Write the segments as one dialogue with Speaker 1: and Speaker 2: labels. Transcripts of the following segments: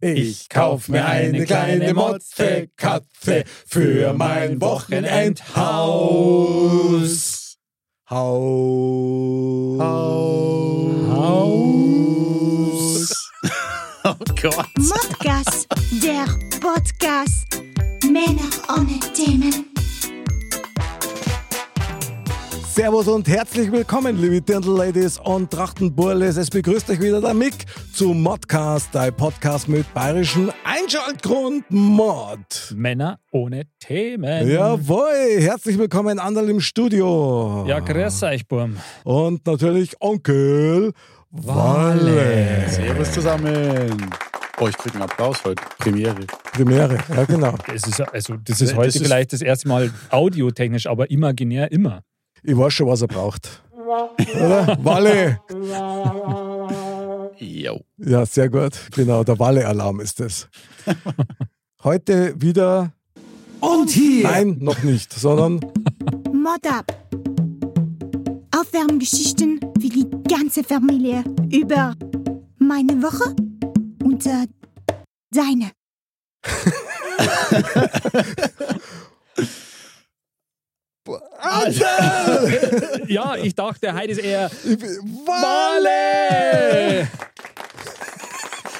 Speaker 1: Ich kauf mir eine kleine Motzekatze für mein Wochenendhaus. Haus. Haus.
Speaker 2: Oh Gott.
Speaker 3: Modcast, der Podcast. Männer ohne Themen.
Speaker 1: Servus und herzlich willkommen, liebe Dirndl-Ladies und Trachtenburles. Es begrüßt euch wieder der Mick zu Modcast, dein Podcast mit bayerischem Einschaltgrund Mod.
Speaker 2: Männer ohne
Speaker 1: Ähm.
Speaker 2: Themen.
Speaker 1: Jawohl, herzlich willkommen, Anderl im Studio.
Speaker 2: Ja, grüß euch, Burm.
Speaker 1: Und natürlich Onkel Walle.
Speaker 2: Äh.
Speaker 4: Servus zusammen. Oh, ich krieg einen Applaus heute. Premiere.
Speaker 1: Premiere, ja genau.
Speaker 2: Das ist, also, das ist
Speaker 4: Das
Speaker 2: heute
Speaker 4: ist-
Speaker 2: vielleicht das erste Mal audiotechnisch, aber imaginär immer.
Speaker 1: Ich weiß schon, was er braucht. Oder? Walle.
Speaker 4: Yo.
Speaker 1: Ja, sehr gut. Genau, der Walle-Alarm ist es. Heute wieder. Und hier! Nein, noch nicht, sondern
Speaker 3: Mod ab. Aufwärmgeschichten für die ganze Familie über meine Woche und äh, deine.
Speaker 2: Ja, ich dachte, heute ist eher
Speaker 1: Walle!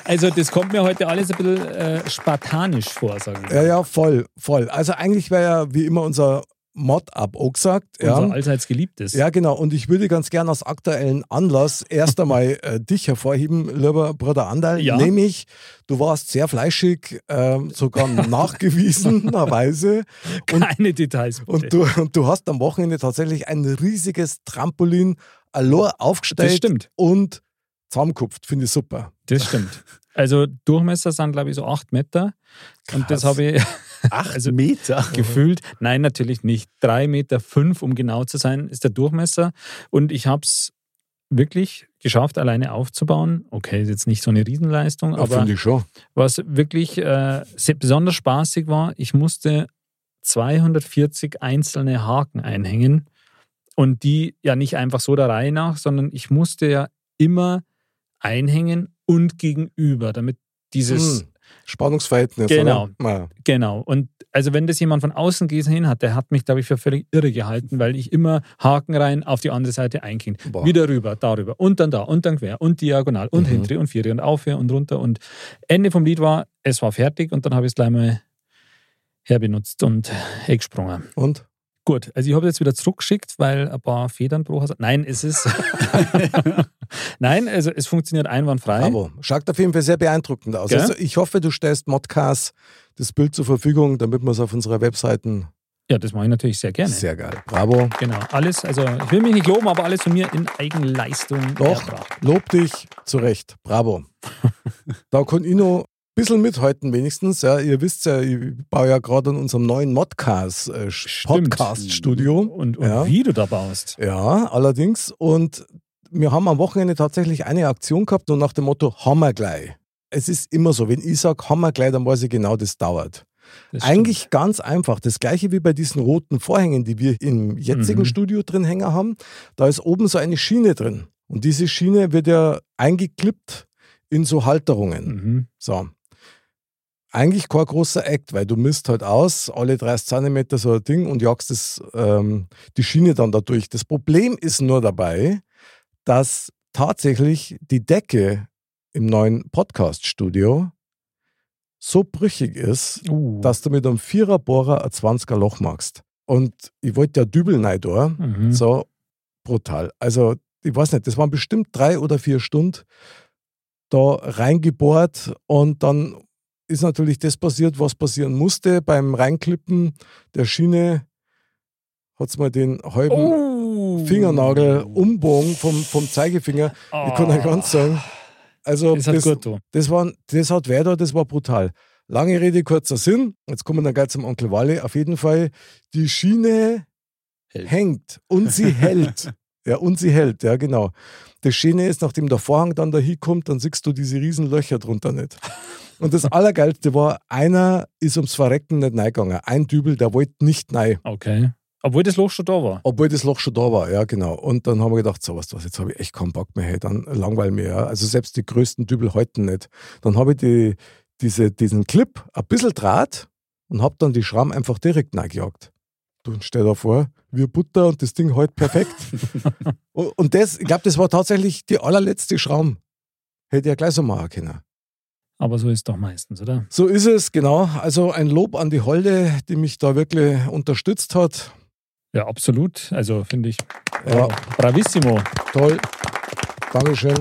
Speaker 2: Also, das kommt mir heute alles ein bisschen äh, spartanisch vor, sagen wir.
Speaker 1: Ja, ja, voll, voll. Also eigentlich wäre ja wie immer unser Mod-Up auch gesagt. Ja.
Speaker 2: Unser allseits geliebtes.
Speaker 1: ja, genau. Und ich würde ganz gern aus aktuellen Anlass erst einmal äh, dich hervorheben, lieber Bruder Andal.
Speaker 2: Ja.
Speaker 1: Nämlich, du warst sehr fleischig, ähm, sogar nachgewiesenerweise. Und,
Speaker 2: Keine Details. Bitte.
Speaker 1: und, du, und du hast am Wochenende tatsächlich ein riesiges Trampolin allein aufgestellt
Speaker 2: Das stimmt.
Speaker 1: und zusammengekupft. Finde ich super.
Speaker 2: Das stimmt. Also Durchmesser sind, glaube ich, so acht Meter. Und das habe ich
Speaker 4: Acht
Speaker 2: Also-
Speaker 4: Meter.
Speaker 2: gefühlt. Nein, natürlich nicht. Drei Meter, fünf, um genau zu sein, ist der Durchmesser. Und ich habe es wirklich geschafft, alleine aufzubauen. Okay, ist jetzt nicht so eine Riesenleistung,
Speaker 1: Ja,
Speaker 2: aber
Speaker 1: ich schon.
Speaker 2: was wirklich äh, sehr besonders spaßig war, ich musste 240 einzelne Haken einhängen. Und die ja nicht einfach so der Reihe nach, sondern ich musste ja immer einhängen und gegenüber, damit dieses
Speaker 1: Mhm. Spannungsverhältnis.
Speaker 2: Genau.
Speaker 1: Oder? Ja.
Speaker 2: Genau. Und also wenn das jemand von außen gesehen hat, der hat mich, glaube ich, für völlig irre gehalten, weil ich immer Haken rein auf die andere Seite einkling.
Speaker 1: Boah.
Speaker 2: Wieder rüber, darüber und dann da und dann quer und diagonal und
Speaker 1: Mhm.
Speaker 2: hintere und viere und aufher und runter. Und Ende vom Lied war, es war fertig und dann habe ich es gleich mal herbenutzt und gesprungen.
Speaker 1: Und?
Speaker 2: Gut, also ich habe jetzt wieder zurückgeschickt, weil ein paar Federn pro Haus- Nein, es ist. Nein, also es funktioniert einwandfrei.
Speaker 1: Aber schaut auf jeden Fall sehr beeindruckend aus.
Speaker 2: Gell?
Speaker 1: Also ich hoffe, du stellst Modcast das Bild zur Verfügung, damit wir es auf unserer Webseiten.
Speaker 2: ja, das mache ich natürlich sehr gerne.
Speaker 1: Sehr geil. Bravo.
Speaker 2: Genau, alles, also ich will mich nicht loben, aber alles von mir in Eigenleistung.
Speaker 1: Doch,
Speaker 2: erbracht.
Speaker 1: lob dich zurecht. Bravo. da kann ich noch ein bisschen mithalten wenigstens. Ja, ihr wisst ja, ich baue ja gerade an unserem neuen Modcast äh,
Speaker 2: Stimmt.
Speaker 1: Podcast-Studio.
Speaker 2: Und, und
Speaker 1: Ja.
Speaker 2: wie du da baust.
Speaker 1: Ja, allerdings. Und wir haben am Wochenende tatsächlich eine Aktion gehabt und nach dem Motto, haben wir gleich. Es ist immer so, wenn ich sage, haben wir gleich, dann weiß ich genau, das dauert.
Speaker 2: Das
Speaker 1: Eigentlich ganz einfach. Das gleiche wie bei diesen roten Vorhängen, die wir im jetzigen
Speaker 2: Mhm.
Speaker 1: Studio drin hängen haben. Da ist oben so eine Schiene drin. Und diese Schiene wird ja eingeklippt in so Halterungen.
Speaker 2: stimmt. Mhm.
Speaker 1: So. Eigentlich kein großer Act, weil du misst halt aus, alle 30 Zentimeter so ein Ding und jagst das, ähm, die Schiene dann da durch. Das Problem ist nur dabei, dass tatsächlich die Decke im neuen Podcast-Studio so brüchig ist,
Speaker 2: Uh.
Speaker 1: dass du mit einem Viererbohrer ein 20er Loch machst. Und ich wollte ja Dübel rein da,
Speaker 2: Mhm.
Speaker 1: so brutal. Also, ich weiß nicht, das waren bestimmt drei oder vier Stunden da reingebohrt und dann ist natürlich das passiert, was passieren musste. Beim Reinklippen der Schiene hat es mal den halben
Speaker 2: Oh.
Speaker 1: Fingernagel umbogen vom, vom Zeigefinger. Ich kann euch ganz sagen, also
Speaker 2: Ah. Das hat
Speaker 1: das,
Speaker 2: gut getan.
Speaker 1: das, waren, das hat wer da, das war brutal. Lange Rede, kurzer Sinn. Jetzt kommen wir dann gleich zum Onkel Walle. Auf jeden Fall, die Schiene
Speaker 4: Hält.
Speaker 1: hängt und sie hält. Ja, und sie hält, ja, genau. Das Schöne ist, nachdem der Vorhang dann da hinkommt, dann siehst du diese riesen Löcher drunter nicht. Und das Allergeilste war, einer ist ums Verrecken nicht reingegangen. Ein Dübel, der wollte nicht rein.
Speaker 2: Okay. Obwohl das Loch schon da war.
Speaker 1: Obwohl das Loch schon da war, ja genau. Und dann haben wir gedacht, so was, was jetzt habe ich echt keinen Bock mehr, hey, dann langweilen wir ja. Also selbst die größten Dübel halten nicht. Dann habe ich die, diese, diesen Clip ein bisschen Draht und hab dann die Schramm einfach direkt nachgejagt. Du und stell dir vor, wir Butter und das Ding halt perfekt. und, und das, ich glaube, das war tatsächlich die allerletzte Schramm. Hätte ja gleich so machen können.
Speaker 2: Aber so ist doch meistens, oder?
Speaker 1: So ist es, genau. Also ein Lob an die Holde, die mich da wirklich unterstützt hat.
Speaker 2: Ja, absolut. Also finde ich
Speaker 1: Ja,
Speaker 2: bravissimo.
Speaker 1: toll. Dankeschön.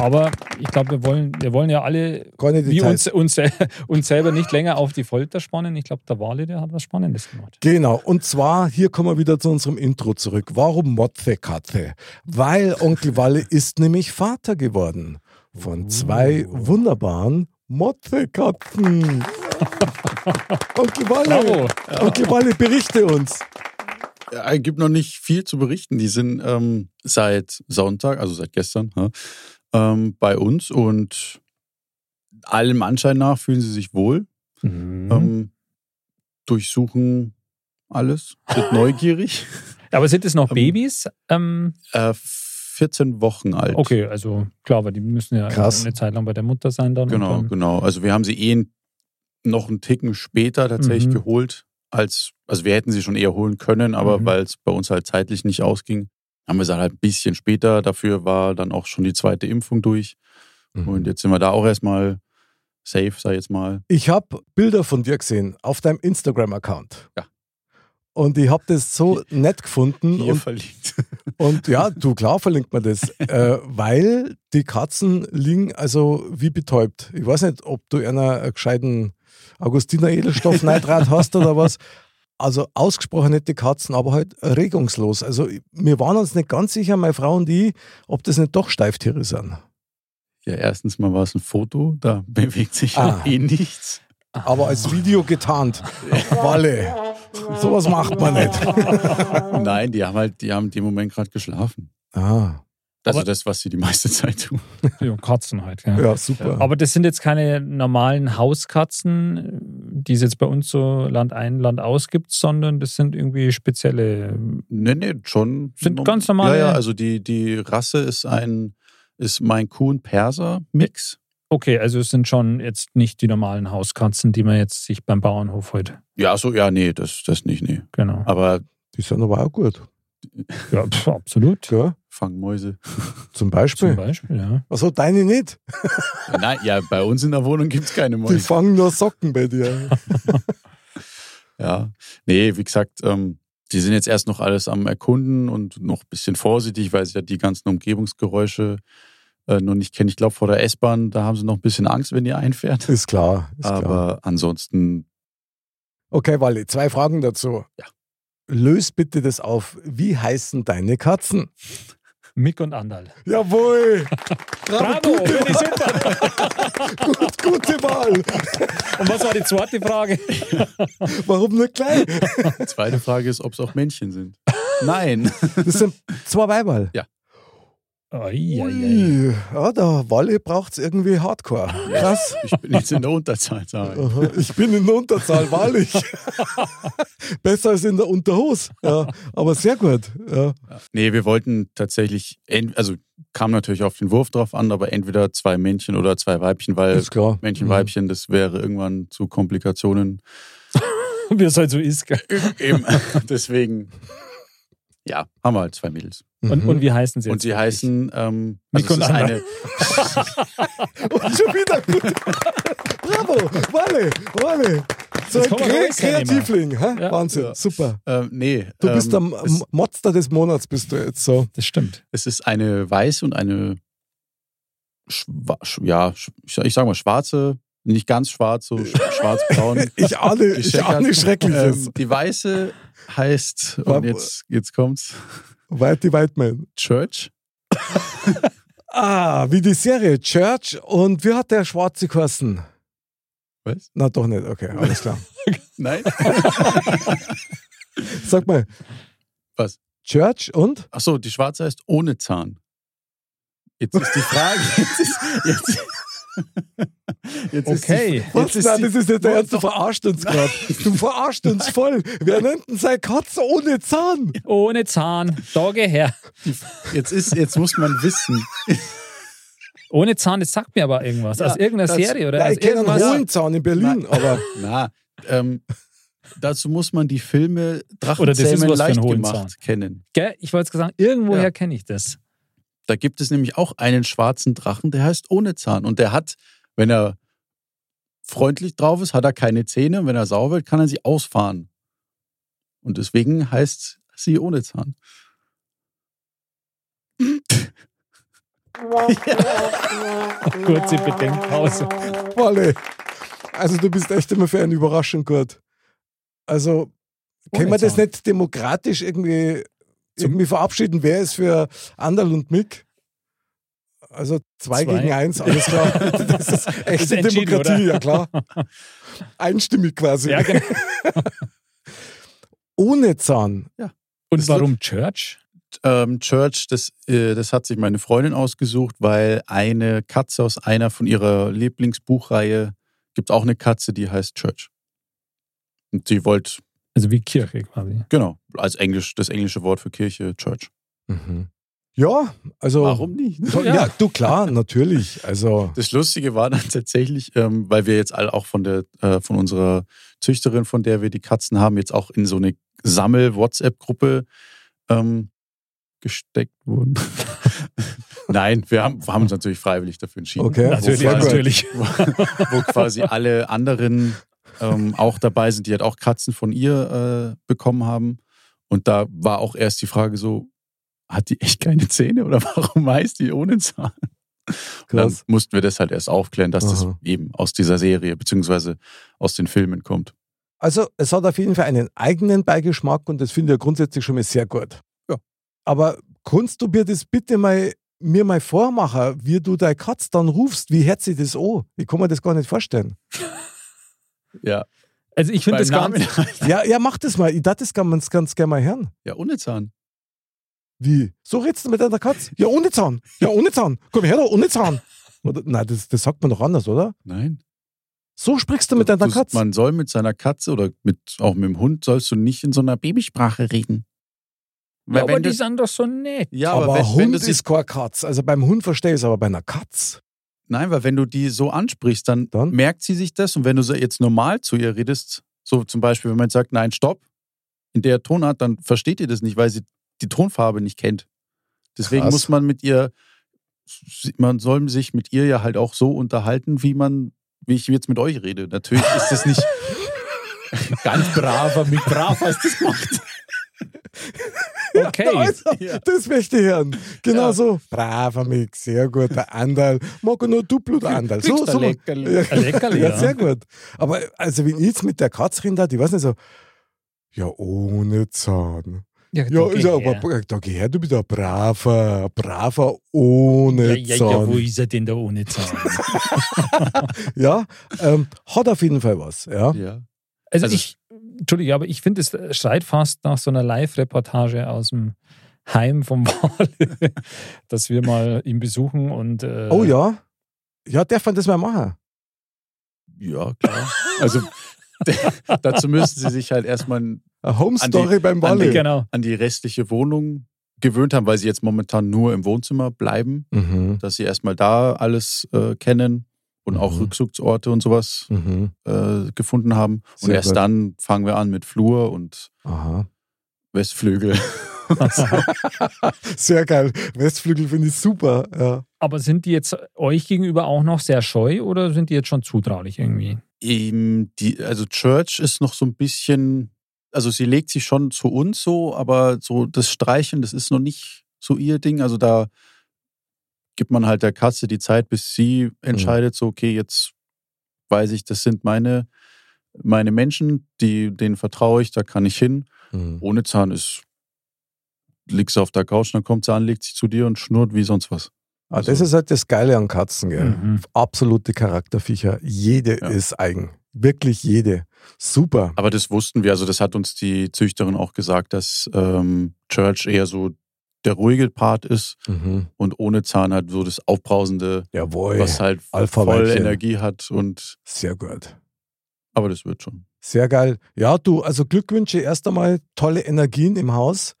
Speaker 2: Aber ich glaube, wir wollen, wir wollen ja alle
Speaker 1: Keine
Speaker 2: wie
Speaker 1: Details.
Speaker 2: uns, uns, sel- uns selber nicht länger auf die Folter spannen. Ich glaube, der Wale, der hat was Spannendes gemacht.
Speaker 1: Genau, und zwar, hier kommen wir wieder zu unserem Intro zurück. Warum Motzekatze? Weil Onkel Walle ist nämlich Vater geworden von zwei
Speaker 2: Oh.
Speaker 1: wunderbaren Motzekatzen. Onkel Walle,
Speaker 2: Bravo.
Speaker 1: Onkel Walle, berichte uns.
Speaker 4: Ja, es äh, gibt noch nicht viel zu berichten. Die sind ähm, seit Sonntag, also seit gestern, hä, ähm, bei uns und allem Anschein nach fühlen sie sich wohl.
Speaker 2: Mhm.
Speaker 4: Ähm, durchsuchen alles, sind neugierig.
Speaker 2: Aber sind es noch
Speaker 4: ähm,
Speaker 2: Babys? Ähm,
Speaker 4: Äh, 14 Wochen alt.
Speaker 2: okay, also klar, aber die müssen ja
Speaker 1: Krass.
Speaker 2: eine Zeit lang bei der Mutter sein dann. und
Speaker 4: Genau,
Speaker 2: dann
Speaker 4: genau. Also wir haben sie eh noch einen Ticken später tatsächlich
Speaker 2: Mhm.
Speaker 4: geholt, als, also wir hätten sie schon eher holen können, aber
Speaker 2: Mhm.
Speaker 4: weil es bei uns halt zeitlich nicht ausging, haben wir sie halt ein bisschen später. Dafür war dann auch schon die zweite Impfung durch.
Speaker 2: Mhm.
Speaker 1: Mhm.
Speaker 4: Und jetzt sind wir da auch erstmal safe, sag ich jetzt mal.
Speaker 1: Ich habe Bilder von dir gesehen auf deinem Instagram-Account.
Speaker 4: Ja.
Speaker 1: Und ich habe das so nett gefunden
Speaker 4: Hier
Speaker 1: und
Speaker 4: verliebt.
Speaker 1: Und ja, du, klar verlinkt man das, äh, weil die Katzen liegen also wie betäubt. Ich weiß nicht, ob du einer einen gescheiten Augustiner Edelstoffneitrat hast oder was. Also ausgesprochen nette Katzen, aber halt regungslos. Also wir waren uns nicht ganz sicher, meine Frau und ich, ob das nicht doch Steiftiere sind.
Speaker 4: Ja, erstens mal war es ein Foto, da bewegt sich
Speaker 1: Ah.
Speaker 4: eh nichts.
Speaker 1: Aber als Video getarnt. Walle, sowas macht man nicht.
Speaker 4: Nein, die haben halt, die haben in dem Moment gerade geschlafen.
Speaker 1: Ah,
Speaker 4: Also
Speaker 2: Aber-
Speaker 4: das, was sie die meiste Zeit tun.
Speaker 2: Ja, Katzen halt. Ja.
Speaker 1: ja, super.
Speaker 2: Aber das sind jetzt keine normalen Hauskatzen, die es jetzt bei uns so Land ein, Land aus gibt, sondern das sind irgendwie spezielle.
Speaker 4: Nee, nee, Ne, schon.
Speaker 2: Sind
Speaker 4: norm-
Speaker 2: ganz normale-
Speaker 4: Ja, ja, also die, die Rasse ist ein, ist mein Kuhn-Perser-Mix.
Speaker 2: Okay, also es sind schon jetzt nicht die normalen Hauskatzen, die man jetzt sich beim Bauernhof heute.
Speaker 4: Ja, so, ja, nee, das, das nicht, nee.
Speaker 2: Genau.
Speaker 4: Aber
Speaker 1: Die sind aber auch gut.
Speaker 2: Ja, pf, absolut.
Speaker 1: Gell?
Speaker 4: Fangmäuse.
Speaker 1: Zum Beispiel.
Speaker 2: Zum Beispiel, ja.
Speaker 1: Also deine nicht.
Speaker 4: Nein, ja, bei uns in der Wohnung gibt es keine
Speaker 1: Die
Speaker 4: Mäuse.
Speaker 1: fangen nur Socken bei dir.
Speaker 4: Ja. Nee, wie gesagt, ähm, die sind jetzt erst noch alles am Erkunden und noch ein bisschen vorsichtig, weil sie ja die ganzen Umgebungsgeräusche äh, noch nicht kennen. Ich glaube, vor der S-Bahn, da haben sie noch ein bisschen Angst, wenn die einfährt.
Speaker 1: Ist klar. Ist klar.
Speaker 4: Aber ansonsten
Speaker 1: Okay, Wally, zwei Fragen dazu.
Speaker 4: Ja.
Speaker 1: Löst bitte das auf. Wie heißen deine Katzen?
Speaker 2: Mick und Andal.
Speaker 1: Jawohl!
Speaker 2: Bravo!
Speaker 1: Gute,
Speaker 2: Wenn ich hinter-
Speaker 1: gut, gute Wahl!
Speaker 2: Und was war die zweite Frage?
Speaker 1: Warum nicht gleich?
Speaker 4: Zweite Frage ist, ob es auch Männchen sind. Nein.
Speaker 1: Das sind zwei Weiberl.
Speaker 2: Ei, ei, ei.
Speaker 1: Ui, ja, der Walle braucht es irgendwie hardcore. Krass.
Speaker 4: Ich bin jetzt in der Unterzahl. Sag ich.
Speaker 1: Aha, Ich bin in der Unterzahl, wahrlich. Besser als in der Unterhose. Ja, aber sehr gut. Ja.
Speaker 4: Nee, wir wollten tatsächlich, en- also kam natürlich auf den Wurf drauf an, aber entweder zwei Männchen oder zwei Weibchen, weil
Speaker 1: Ist klar.
Speaker 4: Also Männchen,
Speaker 1: Mhm.
Speaker 4: Weibchen, das wäre irgendwann zu Komplikationen.
Speaker 2: Wie es halt so ist. Gell?
Speaker 4: Eben. Deswegen, ja, haben wir halt zwei Mädels.
Speaker 2: Und,
Speaker 1: Mhm.
Speaker 2: und wie heißen sie jetzt?
Speaker 4: Und sie
Speaker 2: wirklich?
Speaker 4: heißen, ähm,
Speaker 2: Nico
Speaker 4: es
Speaker 2: und
Speaker 4: ist
Speaker 2: Anna.
Speaker 4: eine,
Speaker 1: Und schon wieder gut. Bravo, Walle, Walle. So ein
Speaker 2: Jetzt kommen wir
Speaker 1: Kre
Speaker 2: raus, Herr
Speaker 1: Kreativling. Hä?
Speaker 2: Ja.
Speaker 1: Wahnsinn,
Speaker 4: Ja.
Speaker 1: super.
Speaker 4: ähm, nee.
Speaker 1: Du bist
Speaker 4: ähm,
Speaker 1: der
Speaker 4: es,
Speaker 1: M- Monster des Monats, bist du jetzt so.
Speaker 2: Das stimmt.
Speaker 4: es ist eine weiße und eine, schwa, sch- ja, sch- ich sag- ich sag mal schwarze, nicht ganz schwarz, so sch- schwarz-braun.
Speaker 1: Ich ahne,
Speaker 4: Die
Speaker 1: ich
Speaker 4: Checker-
Speaker 1: ahne Schreckliches.
Speaker 4: Ähm, die weiße heißt,
Speaker 1: War-
Speaker 4: und jetzt, jetzt kommt's,
Speaker 1: Whitey Whiteman.
Speaker 4: Church.
Speaker 1: Ah, wie die Serie Church und wie hat der schwarze Kosten?
Speaker 4: Was?
Speaker 1: Na doch nicht, okay, alles klar.
Speaker 4: Nein?
Speaker 1: Sag mal.
Speaker 4: Was?
Speaker 1: Church und?
Speaker 4: Achso, die schwarze heißt ohne Zahn. Jetzt ist die Frage. Jetzt ist, jetzt, jetzt
Speaker 2: Okay.
Speaker 4: Ist die,
Speaker 1: Was?
Speaker 4: jetzt ist
Speaker 1: Nein,
Speaker 4: die,
Speaker 1: das ist nicht der
Speaker 4: Doch,
Speaker 1: Ernst, du
Speaker 4: doch.
Speaker 1: verarscht uns gerade. Du verarscht uns voll. Wer nennt denn seine Katze ohne Zahn?
Speaker 2: Ohne Zahn. Dogge her.
Speaker 4: jetzt ist, jetzt muss man wissen.
Speaker 2: Ohne Zahn, das sagt mir aber irgendwas.
Speaker 4: Ja,
Speaker 2: aus irgendeiner
Speaker 4: das-
Speaker 2: Serie oder
Speaker 1: Ja,
Speaker 2: aus
Speaker 4: Also
Speaker 1: ich kenne einen
Speaker 2: irgendwas.
Speaker 1: hohen Zaun in Berlin, aber
Speaker 4: Na, ähm, dazu muss man die
Speaker 2: Oder das
Speaker 4: Filme
Speaker 2: ist
Speaker 4: Drachenzähmen
Speaker 2: was für ein
Speaker 4: leicht
Speaker 2: Hohenzahn.
Speaker 4: gemacht kennen.
Speaker 2: Gell? Ich wollte es sagen, irgendwoher
Speaker 4: Ja.
Speaker 2: kenne ich das.
Speaker 4: Da gibt es nämlich auch einen schwarzen Drachen, der heißt ohne Zahn. Und der hat, wenn er freundlich drauf ist, hat er keine Zähne. Und wenn er sauer wird, kann er sie ausfahren. Und deswegen heißt sie ohne Zahn.
Speaker 2: Kurze Bedenkpause.
Speaker 4: genau.
Speaker 1: Wolle. Also du bist echt immer für eine Überraschung gut. Also können wir das
Speaker 2: Zahn.
Speaker 1: nicht demokratisch irgendwie, irgendwie verabschieden? Wer ist für Anderl und Mick? Also zwei,
Speaker 2: Zwei.
Speaker 1: gegen eins, alles klar. Das ist
Speaker 2: ist
Speaker 1: echte
Speaker 2: entschieden,
Speaker 1: Demokratie,
Speaker 2: oder?
Speaker 1: ja klar. Einstimmig quasi.
Speaker 2: Ja, genau.
Speaker 1: Ohne Zahn.
Speaker 2: Und
Speaker 4: Das
Speaker 2: warum Church?
Speaker 4: Ähm, Church, das, äh, das hat sich meine Freundin ausgesucht, weil eine Katze aus einer von ihrer Lieblingsbuchreihe gibt auch eine Katze, die heißt Church. Und sie wollte,
Speaker 2: Also wie Kirche quasi.
Speaker 4: genau, als Englisch, das englische Wort für Kirche, Church.
Speaker 1: Ja, also.
Speaker 4: Warum nicht?
Speaker 1: Ja,
Speaker 2: Ja.
Speaker 1: du klar, natürlich.
Speaker 2: Genau.
Speaker 1: Also
Speaker 4: Das Lustige war dann tatsächlich, ähm, weil wir jetzt alle auch von der äh, von unserer Züchterin, von der wir die Katzen haben, jetzt auch in so eine Sammel-WhatsApp-Gruppe ähm, gesteckt wurden. Nein, wir haben, wir haben uns natürlich freiwillig dafür entschieden.
Speaker 1: Okay. Ja,
Speaker 2: natürlich,
Speaker 1: sehr gut.
Speaker 2: natürlich.
Speaker 4: Wo, wo quasi alle anderen ähm, auch dabei sind, die halt auch Katzen von ihr äh, bekommen haben. Und da war auch erst die Frage so, hat die echt keine Zähne oder warum heißt die ohne Zahn? Dann
Speaker 1: krass.
Speaker 4: mussten wir das halt erst aufklären, dass das
Speaker 1: Aha.
Speaker 4: eben aus dieser Serie beziehungsweise aus den Filmen kommt.
Speaker 1: Also es hat auf jeden Fall einen eigenen Beigeschmack und das finde ich ja grundsätzlich schon mal sehr gut.
Speaker 4: Ja.
Speaker 1: Aber kannst du mir das bitte mal mir mal vormachen, wie du deine Katz dann rufst? Wie hört sich das an? Ich kann mir das gar nicht vorstellen.
Speaker 4: Ja,
Speaker 2: Also ich finde das gar nicht.
Speaker 1: ja, ja, mach das mal. Ich dachte, das kann man ganz gerne mal hören.
Speaker 4: ja, ohne Zahn.
Speaker 1: Wie? So redst du mit einer Katz? Ja, ohne Zahn. Ja, ohne Zahn. Komm her, da, ohne Zahn. Oder, nein, das, das sagt man doch anders, oder?
Speaker 4: Nein.
Speaker 1: So sprichst du mit
Speaker 4: Das-
Speaker 1: einer
Speaker 4: das-
Speaker 1: Katz.
Speaker 4: Man soll mit seiner Katze oder mit, auch mit dem Hund sollst du nicht in so einer Babysprache reden. Weil
Speaker 2: aber
Speaker 4: wenn
Speaker 2: die
Speaker 4: du,
Speaker 2: sind doch so nett.
Speaker 4: ja,
Speaker 1: aber
Speaker 4: aber, wenn,
Speaker 1: Hund
Speaker 4: wenn du sich,
Speaker 1: ist keine Katz. Also beim Hund verstehe ich es, aber bei einer Katz.
Speaker 4: nein, weil wenn du die so ansprichst, dann,
Speaker 1: Dann?
Speaker 4: merkt sie sich das und wenn du so jetzt normal zu ihr redest, so zum Beispiel, wenn man jetzt sagt, nein, stopp, in der Tonart, dann versteht ihr das nicht, weil sie die Tonfarbe nicht kennt. Deswegen
Speaker 1: Krass.
Speaker 4: muss man mit ihr, man soll sich mit ihr ja halt auch so unterhalten, wie man, wie ich jetzt mit euch rede. Natürlich ist das nicht ganz braver, mit brav hast du das gemacht.
Speaker 2: Okay.
Speaker 1: Also,
Speaker 4: Ja.
Speaker 1: Das möchte ich hören. Genau
Speaker 4: Ja.
Speaker 1: so. Braver Mix, sehr gut. Der Anderl. Mag nur Duplo der Anderl. So, so. Ja,
Speaker 2: Ein Leckerli,
Speaker 1: ja,
Speaker 2: ja.
Speaker 1: sehr gut. Aber also, wenn ich jetzt mit der Katz reden darf, ich weiß nicht so, ja, ohne Zahn. Ja,
Speaker 2: da
Speaker 1: ist
Speaker 2: geht
Speaker 1: ja aber,
Speaker 2: her.
Speaker 1: da geh her, du bist ein braver, braver ohne
Speaker 2: ja, ja, ja, wo
Speaker 1: Zahn.
Speaker 2: ist er denn da ohne Zahn?
Speaker 1: Ja, ähm, hat auf jeden Fall was, ja.
Speaker 4: Ja.
Speaker 2: Also,
Speaker 4: Also
Speaker 2: ich, Entschuldige, aber ich finde, es schreit fast nach so einer Live-Reportage aus dem Heim vom Wale, dass wir mal ihn besuchen und. Äh,
Speaker 1: Oh ja. Ja, darf man das mal machen?
Speaker 4: ja, klar. Also dazu müssen sie sich halt erstmal
Speaker 1: Eine Home
Speaker 4: An die-
Speaker 1: Story beim
Speaker 4: an die
Speaker 1: Walle.
Speaker 2: Genau.
Speaker 4: an die restliche Wohnung gewöhnt haben, weil sie jetzt momentan nur im Wohnzimmer bleiben,
Speaker 1: Mhm.
Speaker 4: dass sie erstmal da alles äh, kennen und auch
Speaker 1: Mhm.
Speaker 4: Rückzugsorte und sowas
Speaker 1: Mhm.
Speaker 4: äh, gefunden haben. Und
Speaker 1: Sehr
Speaker 4: erst
Speaker 1: gut.
Speaker 4: dann fangen wir an mit Flur und
Speaker 1: Aha.
Speaker 4: Westflügel.
Speaker 1: Sehr geil. Westflügel finde ich super. Ja.
Speaker 2: Aber sind die jetzt euch gegenüber auch noch sehr scheu oder sind die jetzt schon zutraulich irgendwie?
Speaker 4: Eben die, also Church ist noch so ein bisschen, also sie legt sich schon zu uns so, aber so das Streichen, das ist noch nicht so ihr Ding. Also da gibt man halt der Katze die Zeit, bis sie
Speaker 1: Mhm.
Speaker 4: entscheidet, so, okay, jetzt weiß ich, das sind meine, meine Menschen, die, denen vertraue ich, da kann ich hin.
Speaker 1: Mhm.
Speaker 4: Ohne Zahn ist, liegst du auf der Couch, dann kommt sie an, legt sich zu dir und schnurrt wie sonst was.
Speaker 1: Ah, das ist halt das Geile an Katzen, gell?
Speaker 2: Mhm.
Speaker 1: Absolute Charakterviecher. Jede
Speaker 4: Ja.
Speaker 1: ist eigen. Wirklich jede. Super.
Speaker 4: Aber das wussten wir, also das hat uns die Züchterin auch gesagt, dass ähm, Church eher so der ruhige Part ist und ohne Zahn halt so das Aufbrausende,
Speaker 1: Mhm. Jawohl.
Speaker 4: was halt voll
Speaker 1: Oh Alpha-Weibchen.
Speaker 4: Energie hat und
Speaker 1: Sehr gut.
Speaker 4: aber das wird schon.
Speaker 1: Sehr geil. Ja, du, also Glückwünsche erst einmal. Tolle Energien im Haus.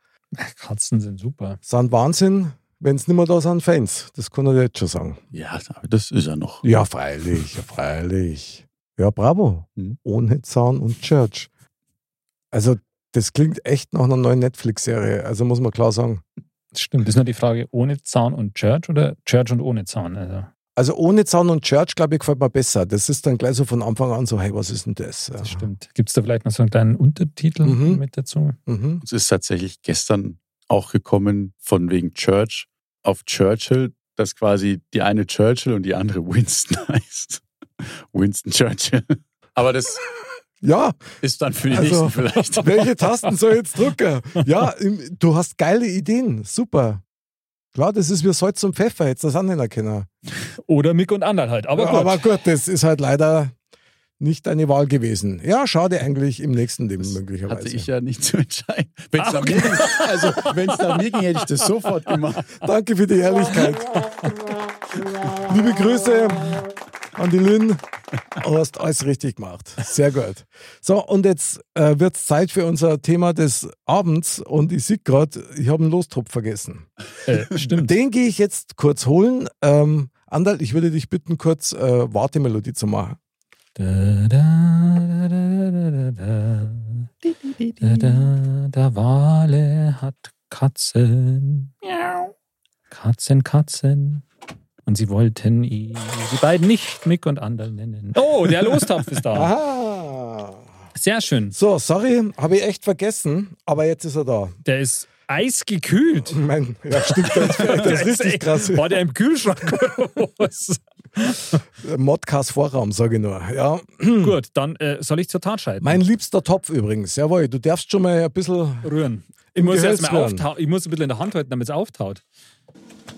Speaker 2: Katzen sind super.
Speaker 1: Sind Wahnsinn. Wenn es nicht mehr da sind, Fans. Das kann ich dir jetzt schon sagen.
Speaker 4: Ja, aber das ist er noch.
Speaker 1: Ja, freilich, ja, freilich. Ja, bravo.
Speaker 4: Mhm.
Speaker 1: Ohne Zahn und Church. Also, das klingt echt nach einer neuen Netflix-Serie. Also, muss man klar sagen.
Speaker 2: Das stimmt. Ist nur die Frage, ohne Zahn und Church oder Church und ohne Zahn? Also,
Speaker 1: Also, ohne Zahn und Church, glaube ich, gefällt mir besser. Das ist dann gleich so von Anfang an so, hey, was ist denn das? Ja.
Speaker 2: das stimmt. Gibt es da vielleicht noch so einen kleinen Untertitel
Speaker 1: Mhm.
Speaker 2: mit dazu?
Speaker 1: Mhm.
Speaker 4: Es ist tatsächlich gestern auch gekommen von wegen Church auf Churchill, dass quasi die eine Churchill und die andere Winston heißt. Winston Churchill. Aber das
Speaker 1: Ja,
Speaker 4: ist dann für die
Speaker 1: Also-
Speaker 4: nächsten vielleicht.
Speaker 1: welche Tasten soll ich jetzt drücken? Ja, im- du hast geile Ideen. Super. Klar, das ist wie Salz und Pfeffer. Jetzt das auch nicht erkennen.
Speaker 2: Oder Mick und Andal halt. Aber
Speaker 1: Ja,
Speaker 2: gut.
Speaker 1: aber gut, das ist halt leider nicht deine Wahl gewesen. Ja, schade eigentlich im nächsten Leben
Speaker 4: Das
Speaker 1: möglicherweise.
Speaker 4: Hatte ich ja nicht zu entscheiden. Wenn es
Speaker 2: Ach,
Speaker 4: nach, mir ging- also, wenn's nach mir ging, hätte ich das sofort gemacht.
Speaker 1: Danke für die Ehrlichkeit. Liebe Grüße an die Lynn. Du hast alles richtig gemacht. Sehr gut. So, und jetzt äh, wird es Zeit für unser Thema des Abends. Und ich sehe gerade, ich habe einen Lostopf vergessen.
Speaker 2: äh, stimmt.
Speaker 1: Den gehe ich jetzt kurz holen. Ähm, Andal, ich würde dich bitten, kurz äh, Wartemelodie zu machen.
Speaker 2: Da, da, da, da, da, da, da, da, da, Wale hat Katzen. Katzen, Katzen. Und sie wollten ihn, die beiden nicht Mick und Andal nennen. Oh, der Lostapf ist da.
Speaker 1: Aha.
Speaker 2: Sehr schön.
Speaker 1: So, sorry, habe ich echt vergessen, aber jetzt ist er da.
Speaker 2: Der ist eisgekühlt.
Speaker 1: Ich mein, ja, stimmt, das, das ist richtig krass.
Speaker 2: War der im Kühlschrank groß?
Speaker 1: Modcast-Vorraum, sage ich nur. Ja.
Speaker 2: Gut, dann äh, soll ich zur Tat schreiten.
Speaker 1: Mein liebster Topf übrigens, jawohl, du darfst schon mal ein bisschen.
Speaker 2: Rühren. Ich muss,
Speaker 1: Gehölz
Speaker 2: erst mal
Speaker 1: rühren.
Speaker 2: auftau- ich muss ein bisschen in der Hand halten, damit es auftaut.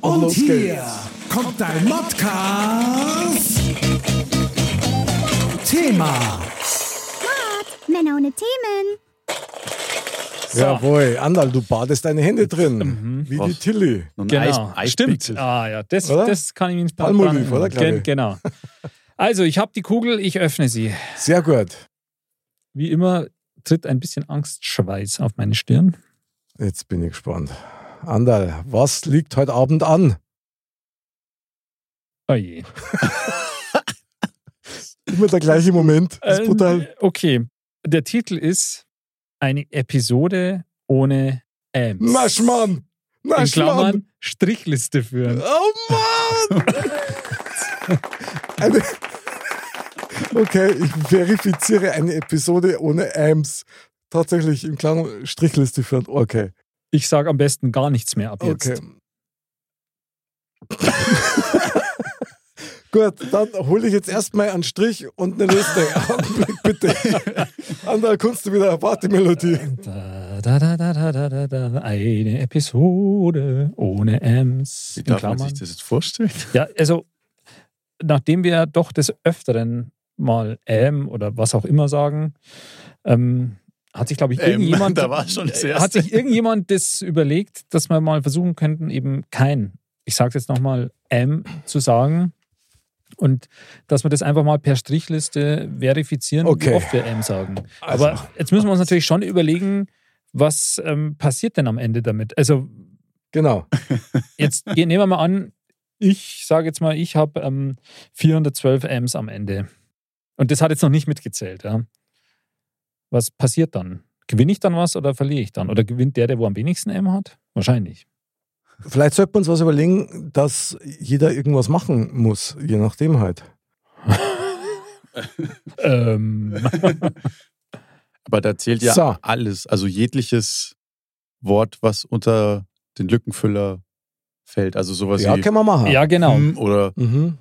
Speaker 1: Und los
Speaker 5: hier
Speaker 1: geht's.
Speaker 5: kommt dein Modcast. Thema.
Speaker 3: Männer ohne Themen.
Speaker 1: Jawohl, Andal, du badest deine Hände drin. Wie die
Speaker 4: Was?
Speaker 1: Tilly.
Speaker 4: So ein
Speaker 2: Genau,
Speaker 4: Eis-
Speaker 2: stimmt.
Speaker 4: Eispickel.
Speaker 2: Ah ja, das,
Speaker 1: Oder?
Speaker 2: das kann ich mir nicht
Speaker 1: Palmolive,
Speaker 2: dran-
Speaker 1: oder, glaub ich.
Speaker 2: Genau. Also, ich habe die Kugel, ich öffne sie.
Speaker 1: Sehr gut.
Speaker 2: Wie immer tritt ein bisschen Angstschweiß auf meine Stirn.
Speaker 1: Jetzt bin ich gespannt. Andal, was liegt heute Abend an?
Speaker 2: Oh je.
Speaker 1: Immer der gleiche Moment. Das ist
Speaker 2: Ähm,
Speaker 1: brutal.
Speaker 2: Okay, der Titel ist Eine Episode ohne Ms.
Speaker 1: Naschmann!
Speaker 2: In
Speaker 1: Naschmann!
Speaker 2: Klammern Strichliste führen.
Speaker 1: Oh Mann! eine okay, ich verifiziere eine Episode ohne Ams. Tatsächlich im Klang Strichliste führen. Okay.
Speaker 2: Ich sage am besten gar nichts mehr ab jetzt.
Speaker 1: Okay. Gut, dann hole ich jetzt erstmal einen Strich und eine Liste. Augenblick bitte. Ander, kannst du wieder eine Partymelodie?
Speaker 2: Da, da, da, da, da, da, da, da. Eine Episode ohne Ms.
Speaker 4: Wie
Speaker 2: In
Speaker 4: darf man
Speaker 2: Klammern.
Speaker 4: sich das jetzt vorstellen?
Speaker 2: Ja, also nachdem wir doch des Öfteren mal ähm oder was auch immer sagen, ähm, hat sich, glaube ich,
Speaker 4: Ähm,
Speaker 2: irgendjemand, äh,
Speaker 4: da war schon das Erste.
Speaker 2: hat sich irgendjemand das überlegt, dass wir mal versuchen könnten, eben kein, ich sage jetzt nochmal, ähm zu sagen. Und dass wir das einfach mal per Strichliste verifizieren,
Speaker 1: Okay.
Speaker 2: wie oft wir ähm sagen.
Speaker 1: Also.
Speaker 2: Aber jetzt müssen wir uns natürlich schon überlegen, was ähm, passiert denn am Ende damit? Also
Speaker 1: Genau.
Speaker 2: Jetzt gehen- nehmen wir mal an, ich sage jetzt mal, ich habe ähm, 412 Ms am Ende. Und das hat jetzt noch nicht mitgezählt. Ja. Was passiert dann? Gewinne ich dann was oder verliere ich dann? Oder gewinnt der, der wo am wenigsten M hat? Wahrscheinlich.
Speaker 1: Vielleicht sollten wir uns was überlegen, dass jeder irgendwas machen muss, je nachdem halt.
Speaker 2: Ähm,
Speaker 4: Aber da zählt ja
Speaker 1: So.
Speaker 4: alles, also jegliches Wort, was unter den Lückenfüller fällt. Also sowas
Speaker 1: ja,
Speaker 4: wie
Speaker 1: können wir machen.
Speaker 2: ja, genau.
Speaker 4: hm oder
Speaker 1: Mhm.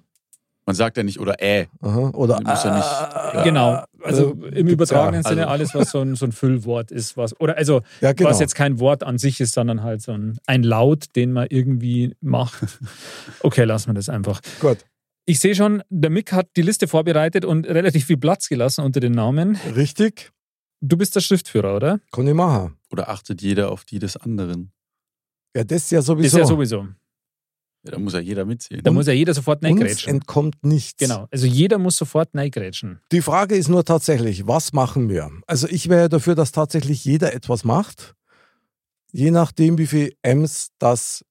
Speaker 4: man sagt ja nicht oder äh.
Speaker 1: Aha. Oder
Speaker 4: Du musst ja nicht-
Speaker 1: äh,
Speaker 2: Genau. Also
Speaker 1: äh,
Speaker 2: im
Speaker 1: gibt's
Speaker 2: übertragenen
Speaker 1: ja.
Speaker 2: Sinne
Speaker 4: Also-
Speaker 2: alles, was so ein, so ein Füllwort ist. Was, oder also,
Speaker 1: Ja, genau.
Speaker 2: was jetzt kein Wort an sich ist, sondern halt so ein, ein Laut, den man irgendwie macht. Okay, lassen wir das einfach.
Speaker 1: Gut,
Speaker 2: Ich sehe schon, der Mick hat die Liste vorbereitet und relativ viel Platz gelassen unter den Namen.
Speaker 1: richtig.
Speaker 2: Du bist der Schriftführer, oder?
Speaker 1: Kann ich machen.
Speaker 4: Oder achtet jeder auf die des anderen.
Speaker 1: Ja, das ja sowieso.
Speaker 2: Ist ja sowieso.
Speaker 4: Ja, da muss ja jeder mitzählen.
Speaker 2: Da muss ja jeder sofort
Speaker 1: Uns
Speaker 2: neigrätschen.
Speaker 1: entkommt nichts.
Speaker 2: Genau. Also jeder muss sofort neigrätschen.
Speaker 1: Die Frage ist nur tatsächlich, was machen wir? Also ich wäre ja dafür, dass tatsächlich jeder etwas macht, je nachdem, wie viel M's das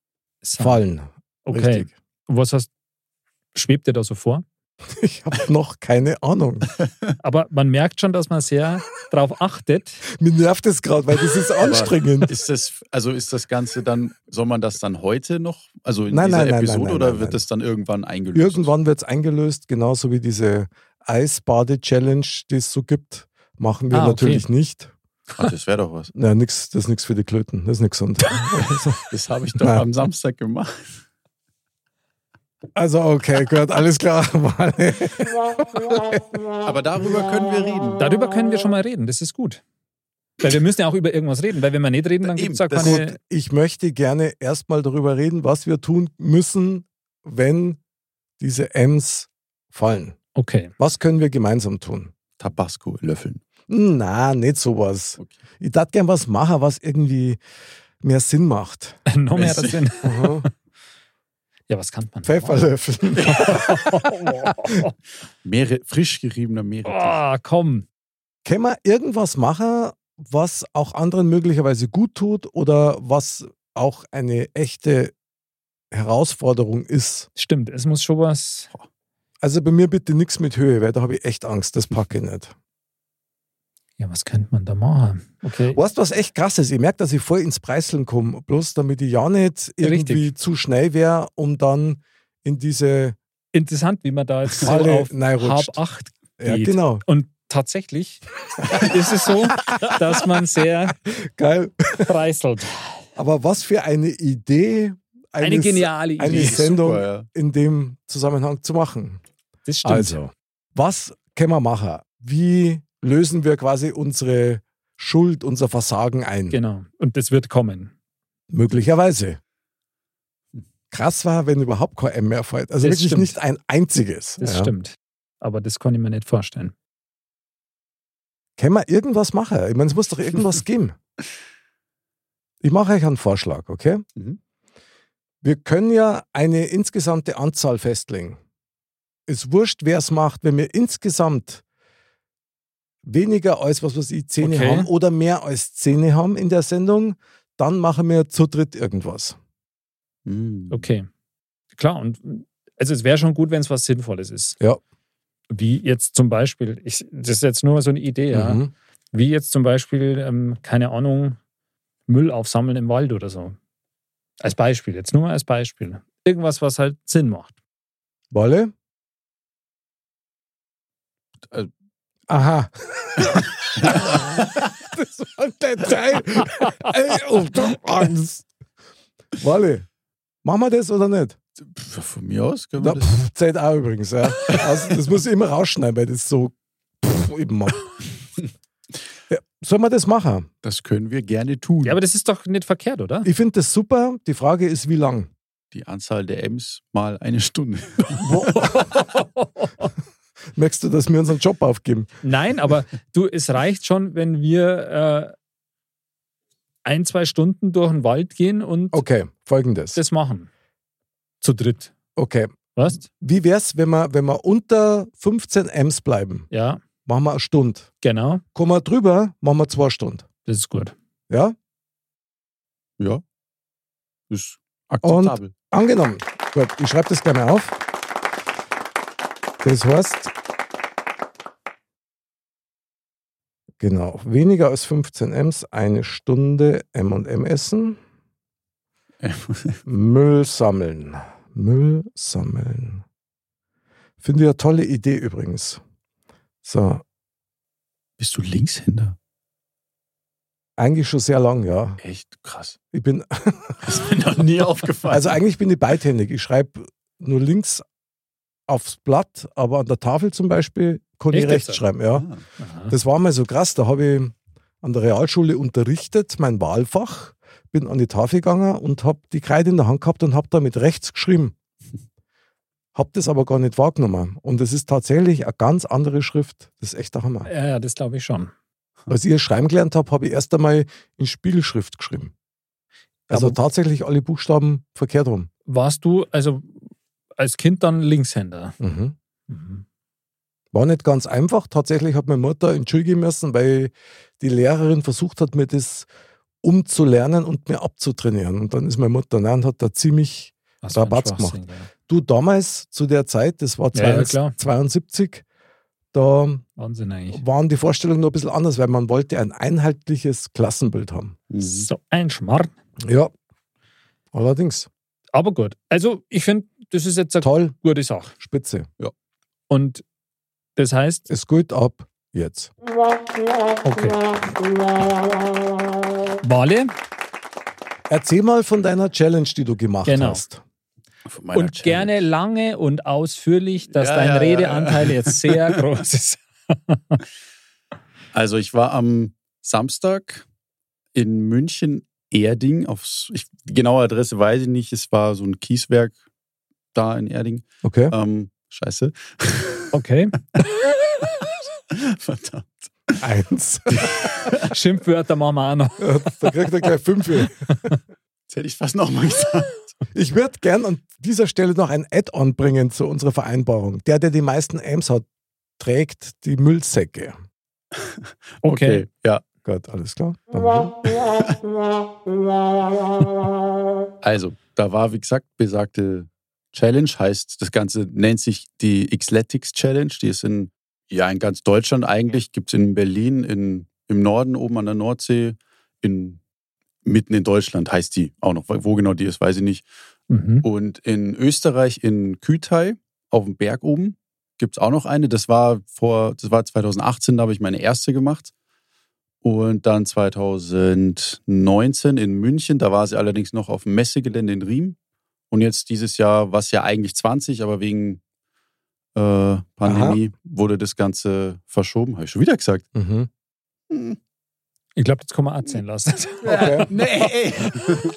Speaker 1: Fallen.
Speaker 2: Okay.
Speaker 1: Richtig.
Speaker 2: Was hast, schwebt dir da so vor?
Speaker 1: Ich habe noch keine Ahnung.
Speaker 2: Aber man merkt schon, dass man sehr darauf achtet.
Speaker 1: Mir nervt es gerade, weil das ist anstrengend.
Speaker 4: Ist das, also ist das Ganze dann, soll man das dann heute noch, also in
Speaker 1: Nein,
Speaker 4: dieser
Speaker 1: nein, nein,
Speaker 4: Episode
Speaker 1: nein, nein,
Speaker 4: oder
Speaker 1: nein,
Speaker 4: wird
Speaker 1: nein.
Speaker 4: das dann irgendwann eingelöst?
Speaker 1: Irgendwann wird es eingelöst, genauso wie diese Eisbade-Challenge, die es so gibt. Machen wir
Speaker 2: Ah, okay.
Speaker 1: natürlich nicht.
Speaker 4: Ah, das wäre doch was.
Speaker 1: Na, nix, das ist nichts für die Klöten. Das ist nichts gesund.
Speaker 4: Das habe ich doch
Speaker 1: Nein.
Speaker 4: am Samstag gemacht.
Speaker 1: Also, okay, gut, alles klar. Vale.
Speaker 4: Aber darüber können wir reden.
Speaker 2: Darüber können wir schon mal reden. Das ist gut. Weil wir müssen ja auch über irgendwas reden. Weil wenn wir nicht reden, dann
Speaker 4: Eben,
Speaker 2: gibt es auch
Speaker 4: das-
Speaker 2: keine.
Speaker 1: Ich möchte gerne erstmal darüber reden, was wir tun müssen, wenn diese M's fallen.
Speaker 2: Okay.
Speaker 1: Was können wir gemeinsam tun?
Speaker 4: Tabasco löffeln.
Speaker 1: Na, nicht sowas.
Speaker 4: Okay.
Speaker 1: Ich darf gern was machen, was irgendwie mehr Sinn macht.
Speaker 2: Noch mehr Sinn.
Speaker 1: Mhm.
Speaker 2: Ja, was kann man?
Speaker 1: Pfefferlöffeln.
Speaker 4: Meere, frisch geriebener Meere.
Speaker 2: Oh, komm.
Speaker 1: Kann man irgendwas machen, was auch anderen möglicherweise gut tut oder was auch eine echte Herausforderung ist?
Speaker 2: Stimmt, es muss schon was.
Speaker 1: Also bei mir bitte nichts mit Höhe, weil da habe ich echt Angst, das packe ich nicht.
Speaker 2: Ja, was könnte man da machen? Okay.
Speaker 1: Weißt du, was echt krass ist? Ich merke, dass ich voll ins Preiseln komme, bloß damit ich ja nicht irgendwie
Speaker 2: Richtig.
Speaker 1: zu schnell wäre, um dann in diese
Speaker 2: Interessant, wie man da jetzt so
Speaker 1: Falle
Speaker 2: auf
Speaker 1: reinrutscht.
Speaker 2: Hab 8
Speaker 1: Ja,
Speaker 2: geht.
Speaker 1: genau.
Speaker 2: Und tatsächlich ist es so, dass man sehr
Speaker 1: Geil.
Speaker 2: preiselt.
Speaker 1: Aber was für eine Idee,
Speaker 2: Eine
Speaker 1: eines-
Speaker 2: geniale
Speaker 1: eine
Speaker 2: Idee.
Speaker 1: Sen- Sendung.
Speaker 4: Super, ja.
Speaker 1: in dem Zusammenhang zu machen.
Speaker 2: Das stimmt.
Speaker 1: Also, was können wir machen? Wie lösen wir quasi unsere Schuld, unser Versagen ein?
Speaker 2: Genau. Und das wird kommen.
Speaker 1: Möglicherweise. Krass war, wenn überhaupt kein M mehr fällt. Also
Speaker 2: Hm. Das
Speaker 1: wirklich
Speaker 2: stimmt.
Speaker 1: nicht ein einziges.
Speaker 2: Das
Speaker 1: ja.
Speaker 2: stimmt. Aber das kann ich mir nicht vorstellen.
Speaker 1: Können wir irgendwas machen? Ich meine, es muss doch irgendwas geben. Ich mache euch einen Vorschlag, okay?
Speaker 4: Mhm.
Speaker 1: Wir können ja eine insgesamte Anzahl festlegen. Es wurscht, wer es macht, wenn wir insgesamt weniger als, was weiß ich, Zähne
Speaker 2: Okay.
Speaker 1: haben oder mehr als Zähne haben in der Sendung, dann machen wir zu dritt irgendwas.
Speaker 4: Mm.
Speaker 2: Okay. Klar, und also es wäre schon gut, wenn es was Sinnvolles ist.
Speaker 1: Ja.
Speaker 2: Wie jetzt zum Beispiel, ich, das ist jetzt nur so eine Idee, ja.
Speaker 1: Mhm.
Speaker 2: Wie jetzt zum Beispiel, ähm, keine Ahnung, Müll aufsammeln im Wald oder so. Als Beispiel, jetzt nur mal als Beispiel. Irgendwas, was halt Sinn macht.
Speaker 1: Wolle?
Speaker 4: Äh.
Speaker 1: Aha. das war der Teil. Ey, oh, du Angst. Wolle, machen wir das oder nicht?
Speaker 4: Pff, Von mir aus können
Speaker 1: Da,
Speaker 4: wir das.
Speaker 1: pff, zählt auch übrigens. Ja. Also, das muss ich immer rausschneiden, weil das so pff, eben macht. Ja, sollen wir das machen?
Speaker 4: Das können wir gerne tun.
Speaker 2: Ja, aber das ist doch nicht verkehrt, oder?
Speaker 1: Ich finde das super. Die Frage ist, wie lang?
Speaker 4: Die Anzahl der M's mal eine Stunde.
Speaker 1: Merkst du, dass wir unseren Job aufgeben?
Speaker 2: Nein, aber du, es reicht schon, wenn wir äh, ein, zwei Stunden durch den Wald gehen und
Speaker 1: Okay, folgendes.
Speaker 2: das machen. Zu dritt.
Speaker 1: Okay,
Speaker 2: Was?
Speaker 1: Wie wär's, wenn wir, wenn wir unter 15 M's bleiben?
Speaker 2: Ja,
Speaker 1: Machen wir eine Stunde.
Speaker 2: genau.
Speaker 1: Kommen wir drüber, machen wir zwei Stunden.
Speaker 2: Das ist gut.
Speaker 1: Ja?
Speaker 4: Ja. Ist akzeptabel.
Speaker 1: Angenommen. Gut, ich schreibe das gerne auf. Das heißt, genau, weniger als 15 M's, eine Stunde M&M essen, Müll sammeln. Müll sammeln. Finde ich eine tolle Idee übrigens. So,
Speaker 4: Bist du Linkshänder?
Speaker 1: eigentlich schon sehr lang, ja.
Speaker 4: Echt krass.
Speaker 1: Ich bin
Speaker 4: Das ist mir noch nie aufgefallen.
Speaker 1: Also eigentlich bin ich beidhändig. Ich schreibe nur links aufs Blatt, aber an der Tafel zum Beispiel kann ich
Speaker 2: Echt
Speaker 1: rechts
Speaker 2: jetzt?
Speaker 1: schreiben. Ja.
Speaker 4: Ah.
Speaker 2: Aha.
Speaker 1: Das war mal so krass. Da habe ich an der Realschule unterrichtet, mein Wahlfach, bin an die Tafel gegangen und habe die Kreide in der Hand gehabt und habe da mit rechts geschrieben. Hab das aber gar nicht wahrgenommen. Und es ist tatsächlich eine ganz andere Schrift. Das ist echt der Hammer.
Speaker 2: Ja, ja, das glaube ich schon.
Speaker 1: Als ich schreiben gelernt habe, habe ich erst einmal in Spiegelschrift geschrieben. Also
Speaker 2: Aber-
Speaker 1: tatsächlich alle Buchstaben verkehrt rum.
Speaker 2: Warst du also als Kind dann Linkshänder?
Speaker 1: Mhm. War nicht ganz einfach. Tatsächlich hat meine Mutter in die Schule gehen müssen, weil die Lehrerin versucht hat, mir das um zu lernen und mir abzutrainieren. Und dann ist meine Mutter nein, und hat da ziemlich,
Speaker 2: Was für ein
Speaker 1: Rabatz
Speaker 2: Schwachsinn, gell.
Speaker 1: du damals zu der Zeit, das war
Speaker 2: Ja, ja, klar.
Speaker 1: 72, da
Speaker 2: Wahnsinn eigentlich.
Speaker 1: waren die Vorstellungen nur ein bisschen anders, weil man wollte ein einheitliches Klassenbild haben.
Speaker 4: Mhm.
Speaker 2: So ein Schmarrn.
Speaker 1: Ja, allerdings.
Speaker 2: Aber gut. Also, ich finde, das ist jetzt eine
Speaker 1: Toll,
Speaker 2: gute Sache.
Speaker 1: spitze.
Speaker 2: Und das heißt,
Speaker 1: Es geht ab jetzt.
Speaker 2: okay. Wale,
Speaker 1: Erzähl mal von deiner Challenge, die du gemacht
Speaker 2: Genau.
Speaker 1: hast.
Speaker 4: Von meiner
Speaker 2: und
Speaker 4: Challenge.
Speaker 2: gerne lange und ausführlich, dass
Speaker 4: Ja,
Speaker 2: dein
Speaker 4: ja, ja,
Speaker 2: Redeanteil jetzt sehr groß ist.
Speaker 4: Also ich war am Samstag in München Erding aufs ich, genaue Adresse weiß ich nicht. Es war so ein Kieswerk da in Erding.
Speaker 1: Okay.
Speaker 4: Ähm, scheiße.
Speaker 2: Okay.
Speaker 4: Verdammt.
Speaker 1: Eins.
Speaker 2: Schimpfwörter machen wir auch noch.
Speaker 1: da kriegt er gleich fünf. hier.
Speaker 4: Das hätte ich fast nochmal gesagt.
Speaker 1: Ich würde gern an dieser Stelle noch ein Add-on bringen zu unserer Vereinbarung. Der, der die meisten Ms hat, trägt die Müllsäcke.
Speaker 2: Okay.
Speaker 4: Ja.
Speaker 1: Gut, alles klar. Danke.
Speaker 4: Also, da war, wie gesagt, besagte Challenge, heißt, das Ganze nennt sich die Xletics Challenge. Die ist in, ja, in ganz Deutschland eigentlich, gibt es in Berlin, in, im Norden, oben an der Nordsee, in, mitten in Deutschland heißt die auch noch. Wo genau die ist, weiß ich nicht.
Speaker 2: Mhm.
Speaker 4: Und in Österreich, in Kütei, auf dem Berg oben, gibt es auch noch eine. Das war vor, das war 2018, da habe ich meine erste gemacht. Und dann 2019 in München, da war sie allerdings noch auf dem Messegelände in Riem. Und jetzt dieses Jahr war es ja eigentlich 20, aber wegen äh, Pandemie wurde das Ganze verschoben. Habe ich schon wieder gesagt.
Speaker 1: Mhm.
Speaker 2: Ich glaube, jetzt kann man auch zählen lassen.
Speaker 1: Okay.
Speaker 4: Nee!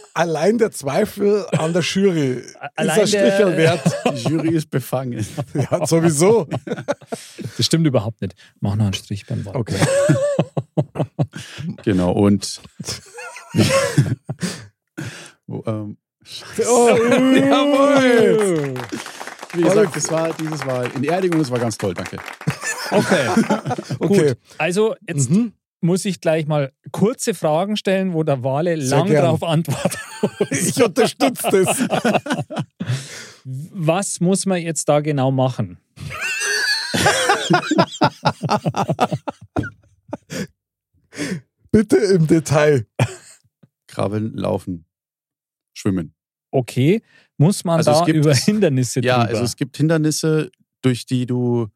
Speaker 1: Allein der Zweifel an der Jury
Speaker 2: Allein
Speaker 1: ist ein Strichel
Speaker 2: der-
Speaker 1: wert.
Speaker 4: Äh, Die Jury ist befangen.
Speaker 1: Ja, sowieso.
Speaker 2: Das stimmt überhaupt nicht. Mach noch einen Strich beim Wort.
Speaker 1: Okay.
Speaker 4: Genau, und. Wo, ähm,
Speaker 1: Oh, Jawohl.
Speaker 4: Wie gesagt, es war dieses Mal in Erding und es war ganz toll, danke.
Speaker 2: Okay.
Speaker 1: Okay.
Speaker 2: Gut. Also, jetzt
Speaker 1: Mhm.
Speaker 2: muss ich gleich mal kurze Fragen stellen, wo der Wale
Speaker 1: Sehr
Speaker 2: lang
Speaker 1: gern.
Speaker 2: darauf antwortet.
Speaker 1: Ich unterstütze das.
Speaker 2: Was muss man jetzt da genau machen?
Speaker 1: Bitte im Detail.
Speaker 4: Krabbeln, laufen, schwimmen.
Speaker 2: Okay, muss man
Speaker 4: Also es
Speaker 2: da
Speaker 4: gibt-
Speaker 2: über Hindernisse
Speaker 4: Ja,
Speaker 2: drüber?
Speaker 4: also es gibt Hindernisse, durch die du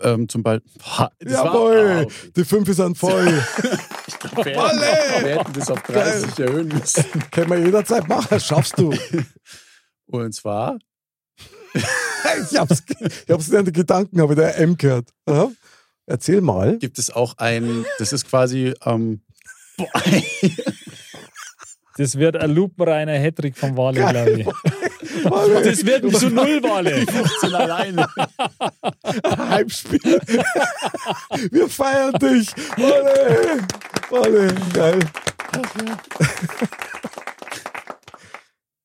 Speaker 4: ähm, zum Beispiel. Ha, das war-
Speaker 1: Jawohl.
Speaker 4: Ah, okay.
Speaker 1: Die fünf ist an voll.
Speaker 4: wir,
Speaker 1: Wolle!
Speaker 4: hätten, wir hätten das auf 30 erhöhen müssen.
Speaker 1: Können wir jederzeit machen. Schaffst du.
Speaker 4: Und zwar,
Speaker 1: Ich hab's, ich hab's in den Gedanken, habe der M gehört. Aha. Erzähl mal.
Speaker 4: gibt es auch ein, das ist quasi, ähm, boah,
Speaker 2: das wird ein lupenreiner Hattrick vom Wale, glaube ich.
Speaker 1: Mal
Speaker 2: Das wird ein zu null Wale.
Speaker 4: sind alleine.
Speaker 1: Heimspiel. Wir feiern dich. Wolle. Wolle. Geil.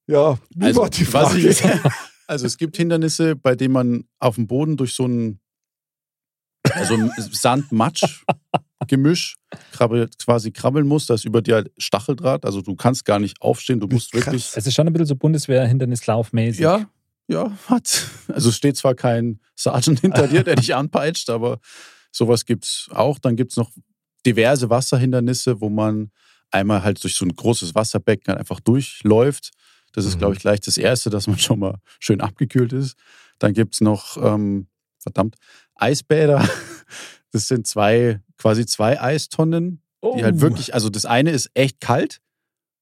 Speaker 1: Ja, wie
Speaker 4: Also,
Speaker 1: war die
Speaker 4: was
Speaker 1: Frage?
Speaker 4: ich, also es gibt Hindernisse, bei denen man auf dem Boden durch so ein also ein Sand-Matsch-Gemisch krabbel, quasi krabbeln muss. Da ist über dir halt Stacheldraht. Also du kannst gar nicht aufstehen. Du musst
Speaker 1: Krass.
Speaker 4: wirklich.
Speaker 2: Es ist schon ein bisschen so Bundeswehr-Hindernislaufmäßig.
Speaker 4: Ja, ja, hat. Also es steht zwar kein Sergeant hinter dir, der dich anpeitscht, aber sowas gibt's auch. Dann gibt's noch diverse Wasserhindernisse, wo man einmal halt durch so ein großes Wasserbecken halt einfach durchläuft. Das ist,
Speaker 1: Mhm.
Speaker 4: glaube ich, gleich das Erste, dass man schon mal schön abgekühlt ist. Dann gibt's noch, ähm, verdammt, Eisbäder. Das sind zwei, quasi zwei Eistonnen,
Speaker 2: Oh.
Speaker 4: die halt wirklich, also das eine ist echt kalt,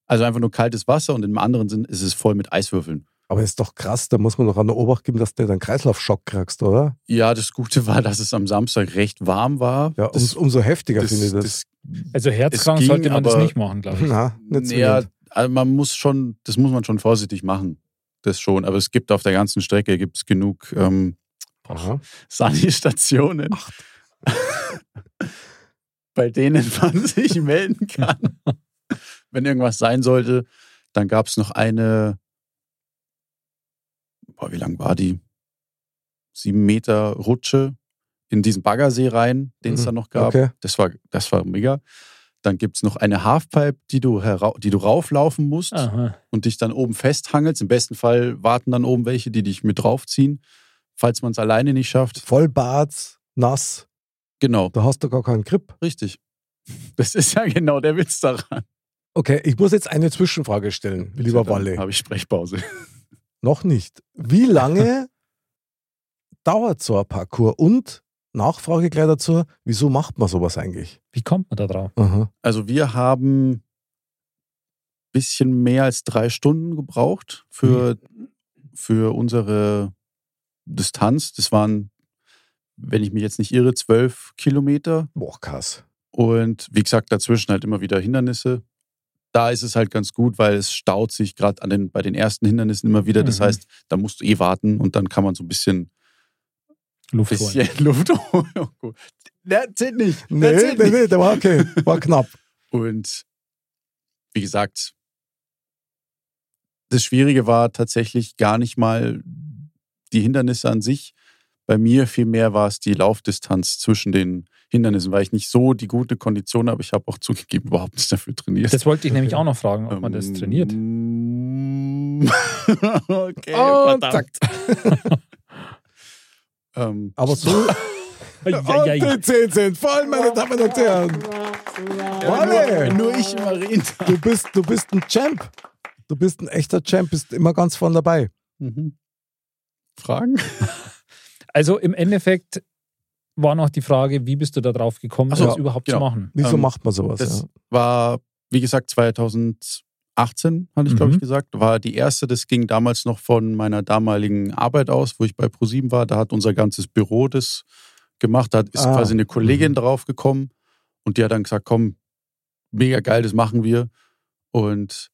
Speaker 4: also einfach nur kaltes Wasser und im anderen Sinn ist es voll mit Eiswürfeln.
Speaker 1: Aber ist doch krass, da muss man doch an der Obacht geben, dass du nicht einen Kreislaufschock kriegst, oder?
Speaker 4: Ja, das Gute war, dass es am Samstag recht warm war.
Speaker 1: Ja,
Speaker 4: das,
Speaker 1: um, umso heftiger finde ich das.
Speaker 2: Also herzkrank
Speaker 4: Es ging,
Speaker 2: sollte man das
Speaker 4: aber-
Speaker 2: nicht machen, glaube ich.
Speaker 1: Na, nicht
Speaker 4: ja,
Speaker 1: zwingend.
Speaker 4: also man muss schon, das muss man schon vorsichtig machen. Das schon, aber es gibt auf der ganzen Strecke gibt's genug ähm,
Speaker 1: Aha.
Speaker 4: Sani-Stationen, bei denen man sich melden kann. Wenn irgendwas sein sollte, dann gab es noch eine, boah, wie lang war die? Sieben Meter Rutsche in diesen Baggersee rein, den es
Speaker 1: Mhm.
Speaker 4: da noch gab.
Speaker 1: Okay.
Speaker 4: Das, war, das war mega. Dann gibt es noch eine Halfpipe, die du, herau- die du rauflaufen musst
Speaker 1: Ah.
Speaker 2: Aha.
Speaker 4: und dich dann oben festhangelst. Im besten Fall warten dann oben welche, die dich mit draufziehen, falls man es alleine nicht schafft.
Speaker 1: Vollbart, nass,
Speaker 4: Genau,
Speaker 1: da hast du gar keinen Grip.
Speaker 4: richtig. Das ist ja genau der Witz daran.
Speaker 1: Okay, ich muss jetzt eine Zwischenfrage stellen, lieber Walle.
Speaker 4: Habe ich Sprechpause.
Speaker 1: Noch nicht. Wie lange dauert so ein Parcours? Und Nachfrage gleich dazu, wieso macht man sowas eigentlich?
Speaker 2: Wie kommt man da drauf?
Speaker 1: Aha.
Speaker 4: Also wir haben ein bisschen mehr als drei Stunden gebraucht für,
Speaker 1: Mhm.
Speaker 4: für unsere Distanz. Das waren, wenn ich mich jetzt nicht irre, zwölf Kilometer.
Speaker 1: Boah, krass.
Speaker 4: Und wie gesagt, dazwischen halt immer wieder Hindernisse. Da ist es halt ganz gut, weil es staut sich gerade an den, bei den ersten Hindernissen immer wieder. Das
Speaker 2: Mhm.
Speaker 4: heißt, da musst du eh warten und dann kann man so ein bisschen,
Speaker 2: Luft holen.
Speaker 4: bisschen Luft holen. Oh Der zählt nicht.
Speaker 1: Nee,
Speaker 4: Der zählt
Speaker 1: nee,
Speaker 4: nicht.
Speaker 1: nee, der war okay. War knapp.
Speaker 4: Und wie gesagt, das Schwierige war tatsächlich gar nicht mal die Hindernisse an sich. Bei mir vielmehr war es die Laufdistanz zwischen den Hindernissen, weil ich nicht so die gute Kondition habe. Ich habe auch zugegeben überhaupt nicht dafür trainiert.
Speaker 2: Das wollte ich nämlich auch noch fragen, ob man das
Speaker 4: Ähm,
Speaker 2: trainiert.
Speaker 4: okay,
Speaker 1: Und Oh, zack.
Speaker 4: verdammt. Ähm,
Speaker 1: Aber so.
Speaker 4: Ah,
Speaker 2: Ei, ei,
Speaker 1: Und
Speaker 2: ei.
Speaker 1: die 10 sind voll, meine Damen und Herren. Walle!
Speaker 4: nur, nur ich immer reden.
Speaker 1: Du bist, du bist ein Champ. Du bist ein echter Champ, bist immer ganz vorne dabei.
Speaker 4: Mhm. Fragen?
Speaker 2: Also im Endeffekt war noch die Frage, wie bist du da drauf gekommen,
Speaker 4: Ach so,
Speaker 2: das
Speaker 4: ja,
Speaker 2: überhaupt zu
Speaker 4: genau.
Speaker 2: machen?
Speaker 1: Wieso
Speaker 4: Ähm,
Speaker 1: macht man sowas?
Speaker 4: Das
Speaker 1: ja?
Speaker 4: war, wie gesagt, 2018, hatte ich,
Speaker 2: Mhm.
Speaker 4: glaube ich, gesagt. War die erste, das ging damals noch von meiner damaligen Arbeit aus, wo ich bei ProSieben war. Da hat unser ganzes Büro das gemacht. Da ist
Speaker 1: Ah.
Speaker 4: quasi eine Kollegin
Speaker 1: Mhm.
Speaker 4: draufgekommen und die hat dann gesagt: Komm, mega geil, das machen wir. Und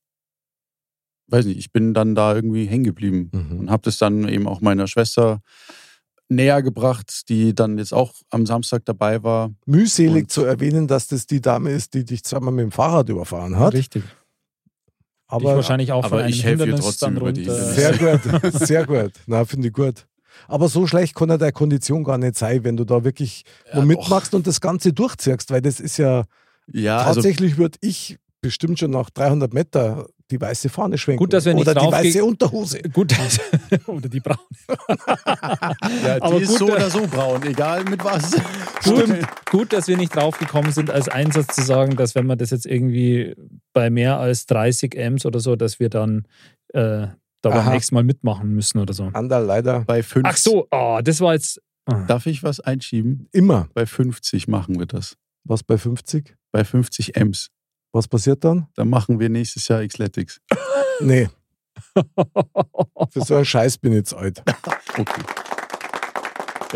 Speaker 4: weiß nicht, ich bin dann da irgendwie hängen geblieben
Speaker 1: Mhm.
Speaker 4: und habe das dann eben auch meiner Schwester näher gebracht, die dann jetzt auch am Samstag dabei war.
Speaker 1: Mühselig
Speaker 4: Und-
Speaker 1: zu erwähnen, dass das die Dame ist, die dich zweimal mit dem Fahrrad überfahren hat.
Speaker 2: Richtig. Aber, ich
Speaker 1: Aber
Speaker 2: wahrscheinlich auch von
Speaker 4: aber
Speaker 2: einem
Speaker 4: ich helfe dir
Speaker 2: Hindernis
Speaker 4: trotzdem
Speaker 2: dann
Speaker 4: über die
Speaker 2: runter.
Speaker 1: sehr gut, sehr gut. Na, finde ich gut. Aber so schlecht kann ja deine Kondition gar nicht sein, wenn du da wirklich
Speaker 4: Ja,
Speaker 1: nur
Speaker 4: doch.
Speaker 1: mitmachst und das Ganze durchziehst, weil das ist ja
Speaker 4: Ja, also
Speaker 1: tatsächlich würde ich bestimmt schon nach 300 Meter die weiße Fahne schwenken.
Speaker 2: Gut, dass wir nicht
Speaker 1: Oder die
Speaker 2: draufge-
Speaker 1: weiße Unterhose.
Speaker 2: Gut, dass- oder die Braune.
Speaker 4: Ja,
Speaker 2: Aber
Speaker 4: die ist
Speaker 2: gut,
Speaker 4: so
Speaker 2: äh,
Speaker 4: oder so braun, egal mit was.
Speaker 2: Gut, gut, dass wir nicht draufgekommen sind, als Einsatz zu sagen, dass wenn man das jetzt irgendwie bei mehr als 30 Ms oder so, dass wir dann äh, da beim
Speaker 1: Aha.
Speaker 2: nächsten Mal mitmachen müssen oder so.
Speaker 1: Ander leider
Speaker 4: Bei 50,
Speaker 2: Ach so, oh, das war jetzt. Ah.
Speaker 4: darf ich was einschieben?
Speaker 1: immer.
Speaker 4: Bei 50 machen wir das.
Speaker 1: Was bei 50?
Speaker 4: Bei 50 Ms.
Speaker 1: Was passiert dann?
Speaker 4: Dann machen wir nächstes Jahr Xletics.
Speaker 1: Nee, für so einen Scheiß bin ich jetzt alt.
Speaker 4: Okay.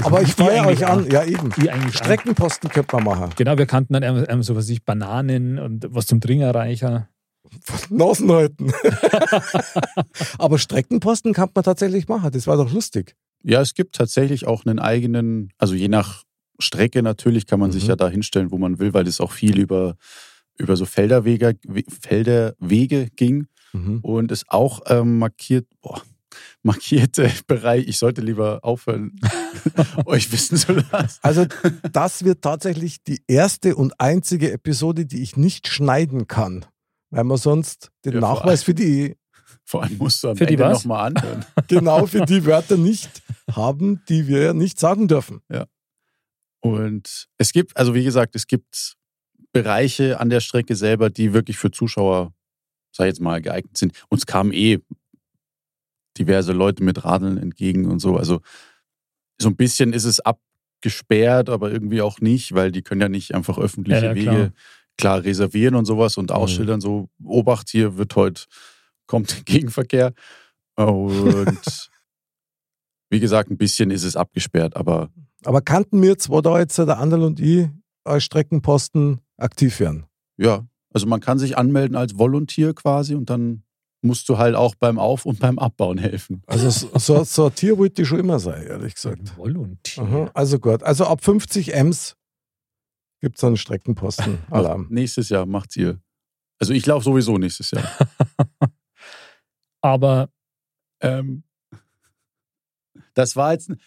Speaker 1: Aber ich
Speaker 2: die
Speaker 1: feiere
Speaker 2: eigentlich
Speaker 1: euch an. Ja, eben.
Speaker 2: Die eigentlich Strecken.
Speaker 1: Streckenposten könnte man machen.
Speaker 2: Genau, wir kannten dann ähm, ähm, so was ich Bananen und was zum Trinkerreicher.
Speaker 1: Nasen halten. Aber Streckenposten kann man tatsächlich machen. Das war doch lustig.
Speaker 4: Ja, es gibt tatsächlich auch einen eigenen, also je nach Strecke natürlich kann man sich
Speaker 1: Mhm.
Speaker 4: ja da hinstellen, wo man will, weil es auch viel über, über so Felderwege, We- Felderwege ging. und ist auch ähm, markiert, boah, markierte Bereich. Ich sollte lieber aufhören, euch wissen zu lassen.
Speaker 1: Also das wird tatsächlich die erste und einzige Episode, die ich nicht schneiden kann, weil man sonst den
Speaker 4: Ja, vor
Speaker 1: Nachweis für die,
Speaker 4: Vor allem musst du am
Speaker 2: Mhm. Für die
Speaker 4: Ende
Speaker 2: was?
Speaker 4: nochmal anhören.
Speaker 1: genau für die Wörter nicht haben, die wir ja nicht sagen dürfen.
Speaker 4: Und es gibt, also wie gesagt, es gibt Bereiche an der Strecke selber, die wirklich für Zuschauer, sag ich jetzt mal, geeignet sind. Uns kamen eh diverse Leute mit Radeln entgegen und so. Also so ein bisschen ist es abgesperrt, aber irgendwie auch nicht, weil die können ja nicht einfach öffentliche
Speaker 2: Ja, ja, klar. Mhm.
Speaker 4: Wege klar reservieren und sowas und ausschildern, so Obacht, hier wird heute, kommt Gegenverkehr. Und wie gesagt, ein bisschen ist es abgesperrt, aber
Speaker 1: Aber kannten wir zwei da jetzt, der Anderl und ich, als Streckenposten aktiv werden?
Speaker 4: Ja, also man kann sich anmelden als Volontier quasi und dann musst du halt auch beim Auf- und beim Abbauen helfen.
Speaker 1: Also so- so, so ein Tier wollte ich schon immer sein, ehrlich gesagt.
Speaker 2: Volunteer.
Speaker 1: Aha, also gut, also ab 50 Ms gibt es einen Streckenposten-Alarm.
Speaker 4: Nächstes Jahr macht's ihr. Also ich laufe sowieso nächstes Jahr.
Speaker 2: Aber
Speaker 4: ähm, das war jetzt ein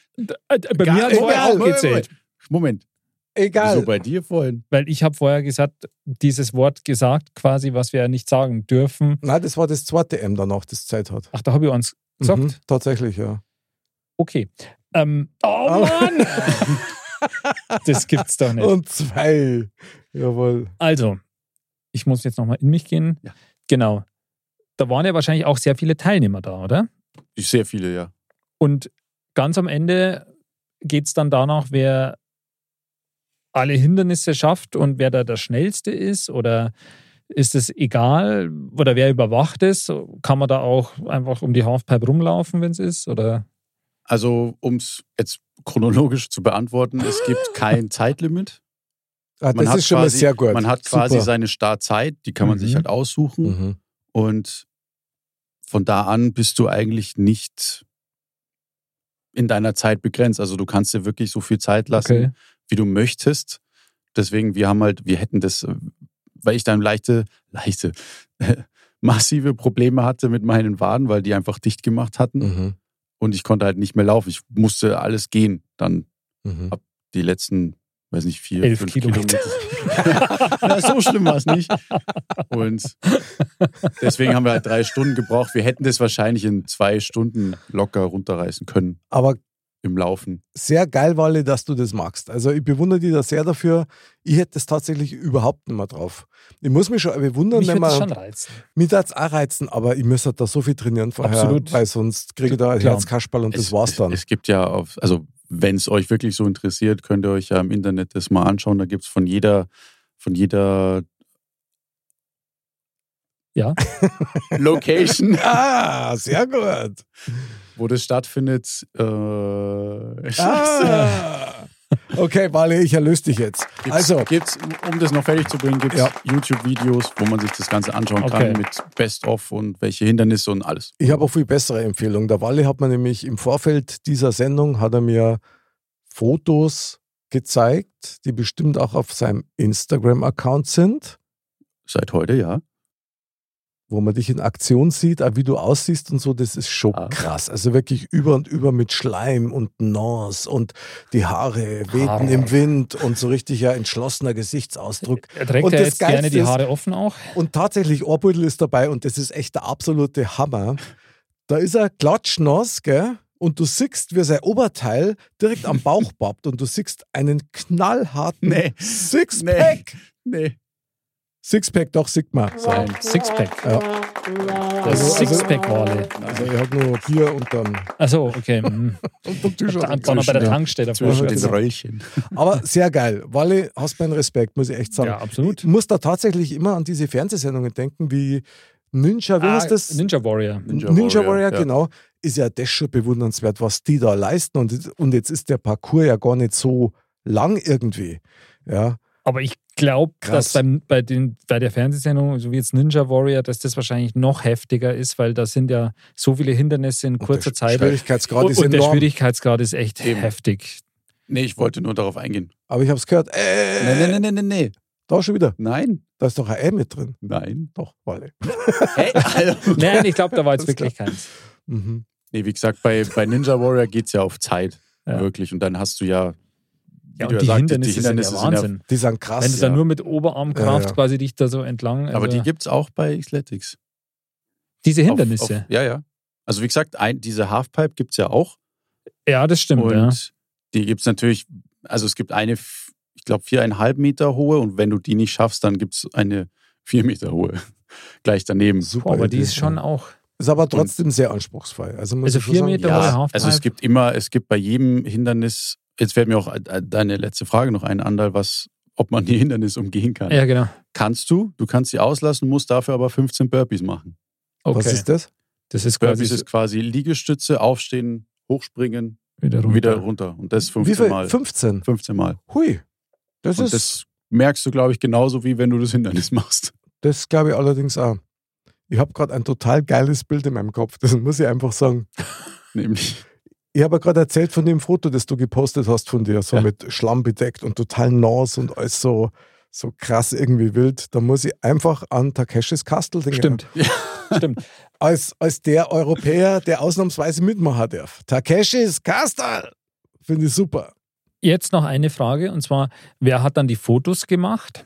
Speaker 2: äh, bei äh,
Speaker 4: Gar-
Speaker 2: mir hat es
Speaker 4: Moment,
Speaker 2: vorher auch
Speaker 4: Moment,
Speaker 2: gezählt.
Speaker 4: Moment.
Speaker 1: Egal.
Speaker 4: Wieso bei dir vorhin?
Speaker 2: Weil ich habe vorher gesagt, dieses Wort gesagt, quasi, was wir ja nicht sagen dürfen.
Speaker 1: Nein, das war das zweite M danach, das Zeit hat.
Speaker 2: Ach, da habe ich uns gesagt.
Speaker 1: Mhm, tatsächlich, ja.
Speaker 2: Okay. Ähm, oh
Speaker 1: Oh.
Speaker 2: Mann! das gibt's doch nicht.
Speaker 1: Und zwei. Jawohl.
Speaker 2: Also, ich muss jetzt nochmal in mich gehen.
Speaker 4: Ja.
Speaker 2: Genau. Da waren ja wahrscheinlich auch sehr viele Teilnehmer da, oder?
Speaker 4: Ich sehr viele, ja.
Speaker 2: Und ganz am Ende geht es dann danach, wer alle Hindernisse schafft und wer da der Schnellste ist oder ist es egal oder wer überwacht ist? Kann man da auch einfach um die Halfpipe rumlaufen, wenn es ist? Oder
Speaker 4: Also, um es jetzt chronologisch zu beantworten, es gibt kein Zeitlimit.
Speaker 1: Ah,
Speaker 4: Man
Speaker 1: das
Speaker 4: hat
Speaker 1: ist schon mal
Speaker 4: quasi-
Speaker 1: sehr gut.
Speaker 4: Man hat quasi
Speaker 1: Super.
Speaker 4: seine Startzeit, die kann man
Speaker 2: Mhm.
Speaker 4: sich halt aussuchen.
Speaker 1: Mhm.
Speaker 4: Und von da an bist du eigentlich nicht in deiner Zeit begrenzt. Also du kannst dir wirklich so viel Zeit lassen,
Speaker 2: Okay.
Speaker 4: wie du möchtest. Deswegen, wir haben halt, wir hätten das, äh, weil ich dann leichte, leichte, massive Probleme hatte mit meinen Waden, weil die einfach dicht gemacht hatten
Speaker 1: Mhm.
Speaker 4: und ich konnte halt nicht mehr laufen. Ich musste alles gehen. Dann
Speaker 1: Mhm.
Speaker 4: die letzten, weiß nicht, vier,
Speaker 2: Elf
Speaker 4: fünf
Speaker 2: Kilometer.
Speaker 4: Kilometer. Na, so schlimm war es nicht. Und deswegen haben wir halt drei Stunden gebraucht. Wir hätten das wahrscheinlich in zwei Stunden locker runterreißen können
Speaker 1: Aber
Speaker 4: im Laufen.
Speaker 1: sehr geil, Walle, dass du das magst. Also ich bewundere dich da sehr dafür. Ich hätte das tatsächlich überhaupt nicht mehr drauf. Ich muss mich schon bewundern,
Speaker 2: mich
Speaker 1: wenn
Speaker 2: würde das
Speaker 1: man
Speaker 2: schon reizen.
Speaker 1: Mich darf es auch reizen, aber ich müsste da so viel trainieren vorher,
Speaker 2: Absolut.
Speaker 1: weil sonst kriege ich da ein
Speaker 2: Klar.
Speaker 1: Herzkasperl und das war's dann.
Speaker 4: Es, es gibt ja auf, also wenn es euch wirklich so interessiert, könnt ihr euch ja im Internet das mal anschauen. Da gibt es von jeder, von jeder
Speaker 2: Ja.
Speaker 4: Location,
Speaker 1: ah, sehr gut.
Speaker 4: wo das stattfindet. Äh, ah.
Speaker 1: Ah. Okay, Wale, ich erlöse dich jetzt.
Speaker 4: Gibt's,
Speaker 1: Also,
Speaker 4: gibt's, um das noch fertig zu bringen, gibt es
Speaker 1: Ja.
Speaker 4: YouTube-Videos, wo man sich das Ganze anschauen
Speaker 2: Okay.
Speaker 4: kann mit Best-of und welche Hindernisse und alles.
Speaker 1: ich habe auch viel bessere Empfehlung. Der Walle hat mir nämlich im Vorfeld dieser Sendung hat er mir Fotos gezeigt, die bestimmt auch auf seinem Instagram-Account sind,
Speaker 4: Seit heute, ja.
Speaker 1: wo man dich in Aktion sieht, auch wie du aussiehst und so. Das ist schon
Speaker 4: Ah.
Speaker 1: krass. Also wirklich über und über mit Schleim und Nance und die Haare wehten
Speaker 2: Haare.
Speaker 1: im Wind und so richtig ja entschlossener Gesichtsausdruck.
Speaker 2: Er trägt
Speaker 1: Und
Speaker 2: ja
Speaker 1: das
Speaker 2: jetzt gerne
Speaker 1: Geilste
Speaker 2: die
Speaker 1: ist-
Speaker 2: Haare offen auch.
Speaker 1: Und tatsächlich, Ohrbeutel ist dabei und das ist echt der absolute Hammer. Da ist er klatschnass, gell? Und du siehst, wie sein Oberteil direkt am Bauch babbt und du siehst einen knallharten
Speaker 4: Nee.
Speaker 1: Sixpack.
Speaker 4: Nee.
Speaker 1: Sixpack, doch, sieht man. So.
Speaker 4: Sein.
Speaker 2: Sixpack.
Speaker 1: Ja.
Speaker 2: Das Sixpack-Wale.
Speaker 1: Also, ich habe nur Bier und dann.
Speaker 2: Achso, okay. mhm.
Speaker 1: Und dann Tisch
Speaker 2: Dann dann noch bei der Tankstelle.
Speaker 4: Zwischen den
Speaker 2: Ja,
Speaker 4: Röllchen.
Speaker 1: Aber sehr geil. Walle, hast meinen Respekt, muss ich echt sagen.
Speaker 2: absolut.
Speaker 1: Ich muss da tatsächlich immer an diese Fernsehsendungen denken, wie Ninja, wie
Speaker 2: Ah,
Speaker 1: heißt das?
Speaker 2: Ninja Warrior.
Speaker 1: Ninja, Warrior, genau. Ist ja das schon bewundernswert, was die da leisten. Und, und jetzt ist der Parcours ja gar nicht so lang irgendwie. Ja,
Speaker 2: Aber ich glaube,
Speaker 1: Krass.
Speaker 2: dass beim, bei, den, bei der Fernsehsendung, so wie jetzt Ninja Warrior, dass das wahrscheinlich noch heftiger ist, weil da sind ja so viele Hindernisse in kurzer
Speaker 1: der
Speaker 2: Zeit.
Speaker 1: Schwierigkeitsgrad
Speaker 2: Und,
Speaker 1: ist
Speaker 2: und der
Speaker 1: enorm.
Speaker 2: Schwierigkeitsgrad ist echt
Speaker 4: Eben.
Speaker 2: heftig.
Speaker 4: Nee, ich wollte nur darauf eingehen.
Speaker 1: Aber ich habe es gehört. Äh,
Speaker 4: Nein, nein, nein, nein, nein.
Speaker 1: Da schon wieder.
Speaker 4: Nein.
Speaker 1: Da ist doch ein Ei mit drin.
Speaker 4: Nein.
Speaker 1: Doch, Walle.
Speaker 4: Hey, also.
Speaker 2: Nein, ich glaube, da war jetzt
Speaker 1: Alles
Speaker 2: wirklich keins.
Speaker 1: Mhm.
Speaker 4: Nee, wie gesagt, bei, bei Ninja Warrior geht es ja auf Zeit.
Speaker 2: Ja.
Speaker 4: Wirklich. Und dann hast du ja. wie
Speaker 2: Ja,
Speaker 4: du
Speaker 2: und die
Speaker 4: sagtest,
Speaker 2: Hindernisse, sind ja Wahnsinn.
Speaker 1: Die sind
Speaker 2: Wenn du
Speaker 1: krass.
Speaker 2: da
Speaker 4: ja.
Speaker 2: nur mit Oberarmkraft
Speaker 1: Ja, ja.
Speaker 2: quasi dich da so entlang. Also
Speaker 4: aber die gibt es auch bei Athletics.
Speaker 2: diese
Speaker 4: Auf-
Speaker 2: Hindernisse.
Speaker 4: Auf, ja, ja. Also wie gesagt, ein, diese Halfpipe gibt es ja auch.
Speaker 2: ja, das stimmt.
Speaker 4: und
Speaker 2: ja.
Speaker 4: die gibt es natürlich, also es gibt eine, f- ich glaube, viereinhalb Meter hohe und wenn du die nicht schaffst, dann gibt es eine vier Meter hohe. Gleich daneben.
Speaker 1: Super.
Speaker 2: Boah, aber die
Speaker 1: Idee.
Speaker 2: ist schon auch.
Speaker 1: Ist aber trotzdem sehr anspruchsvoll. Also, muss
Speaker 2: Also
Speaker 1: ich schon
Speaker 2: vier
Speaker 1: sagen,
Speaker 2: Meter hohe
Speaker 4: Ja,
Speaker 2: Halfpipe.
Speaker 4: also es gibt immer, es gibt bei jedem Hindernis, jetzt fällt mir auch äh, deine letzte Frage noch ein, Andal, was, ob man die Hindernisse umgehen kann.
Speaker 2: Ja, genau.
Speaker 4: Kannst du, du kannst sie auslassen, musst dafür aber 15 Burpees machen.
Speaker 2: Okay.
Speaker 1: Was ist das?
Speaker 2: das ist quasi
Speaker 4: Burpees ist quasi Liegestütze, aufstehen, hochspringen,
Speaker 2: wieder runter.
Speaker 4: wieder runter. Und das
Speaker 1: Wie
Speaker 4: 15
Speaker 1: viel?
Speaker 4: Mal.
Speaker 1: 15.
Speaker 4: 15 Mal.
Speaker 1: Hui. Das
Speaker 4: und
Speaker 1: ist, das,
Speaker 4: das merkst du, glaube ich, genauso wie wenn du das Hindernis machst.
Speaker 1: glaube ich allerdings auch. Ich habe gerade ein total geiles Bild in meinem Kopf. Das muss ich einfach sagen.
Speaker 4: Nämlich.
Speaker 1: Ich habe ja gerade erzählt von dem Foto, das du gepostet hast von dir, so
Speaker 4: Ja.
Speaker 1: mit Schlamm bedeckt und total nass und alles so, so krass irgendwie wild. Da muss ich einfach an Takeshis Kastel denken.
Speaker 2: Stimmt. Stimmt.
Speaker 1: Als, als der Europäer, der ausnahmsweise mitmachen darf. Takeshis Kastel! Finde ich super.
Speaker 2: Jetzt noch eine Frage und zwar, wer hat dann die Fotos gemacht?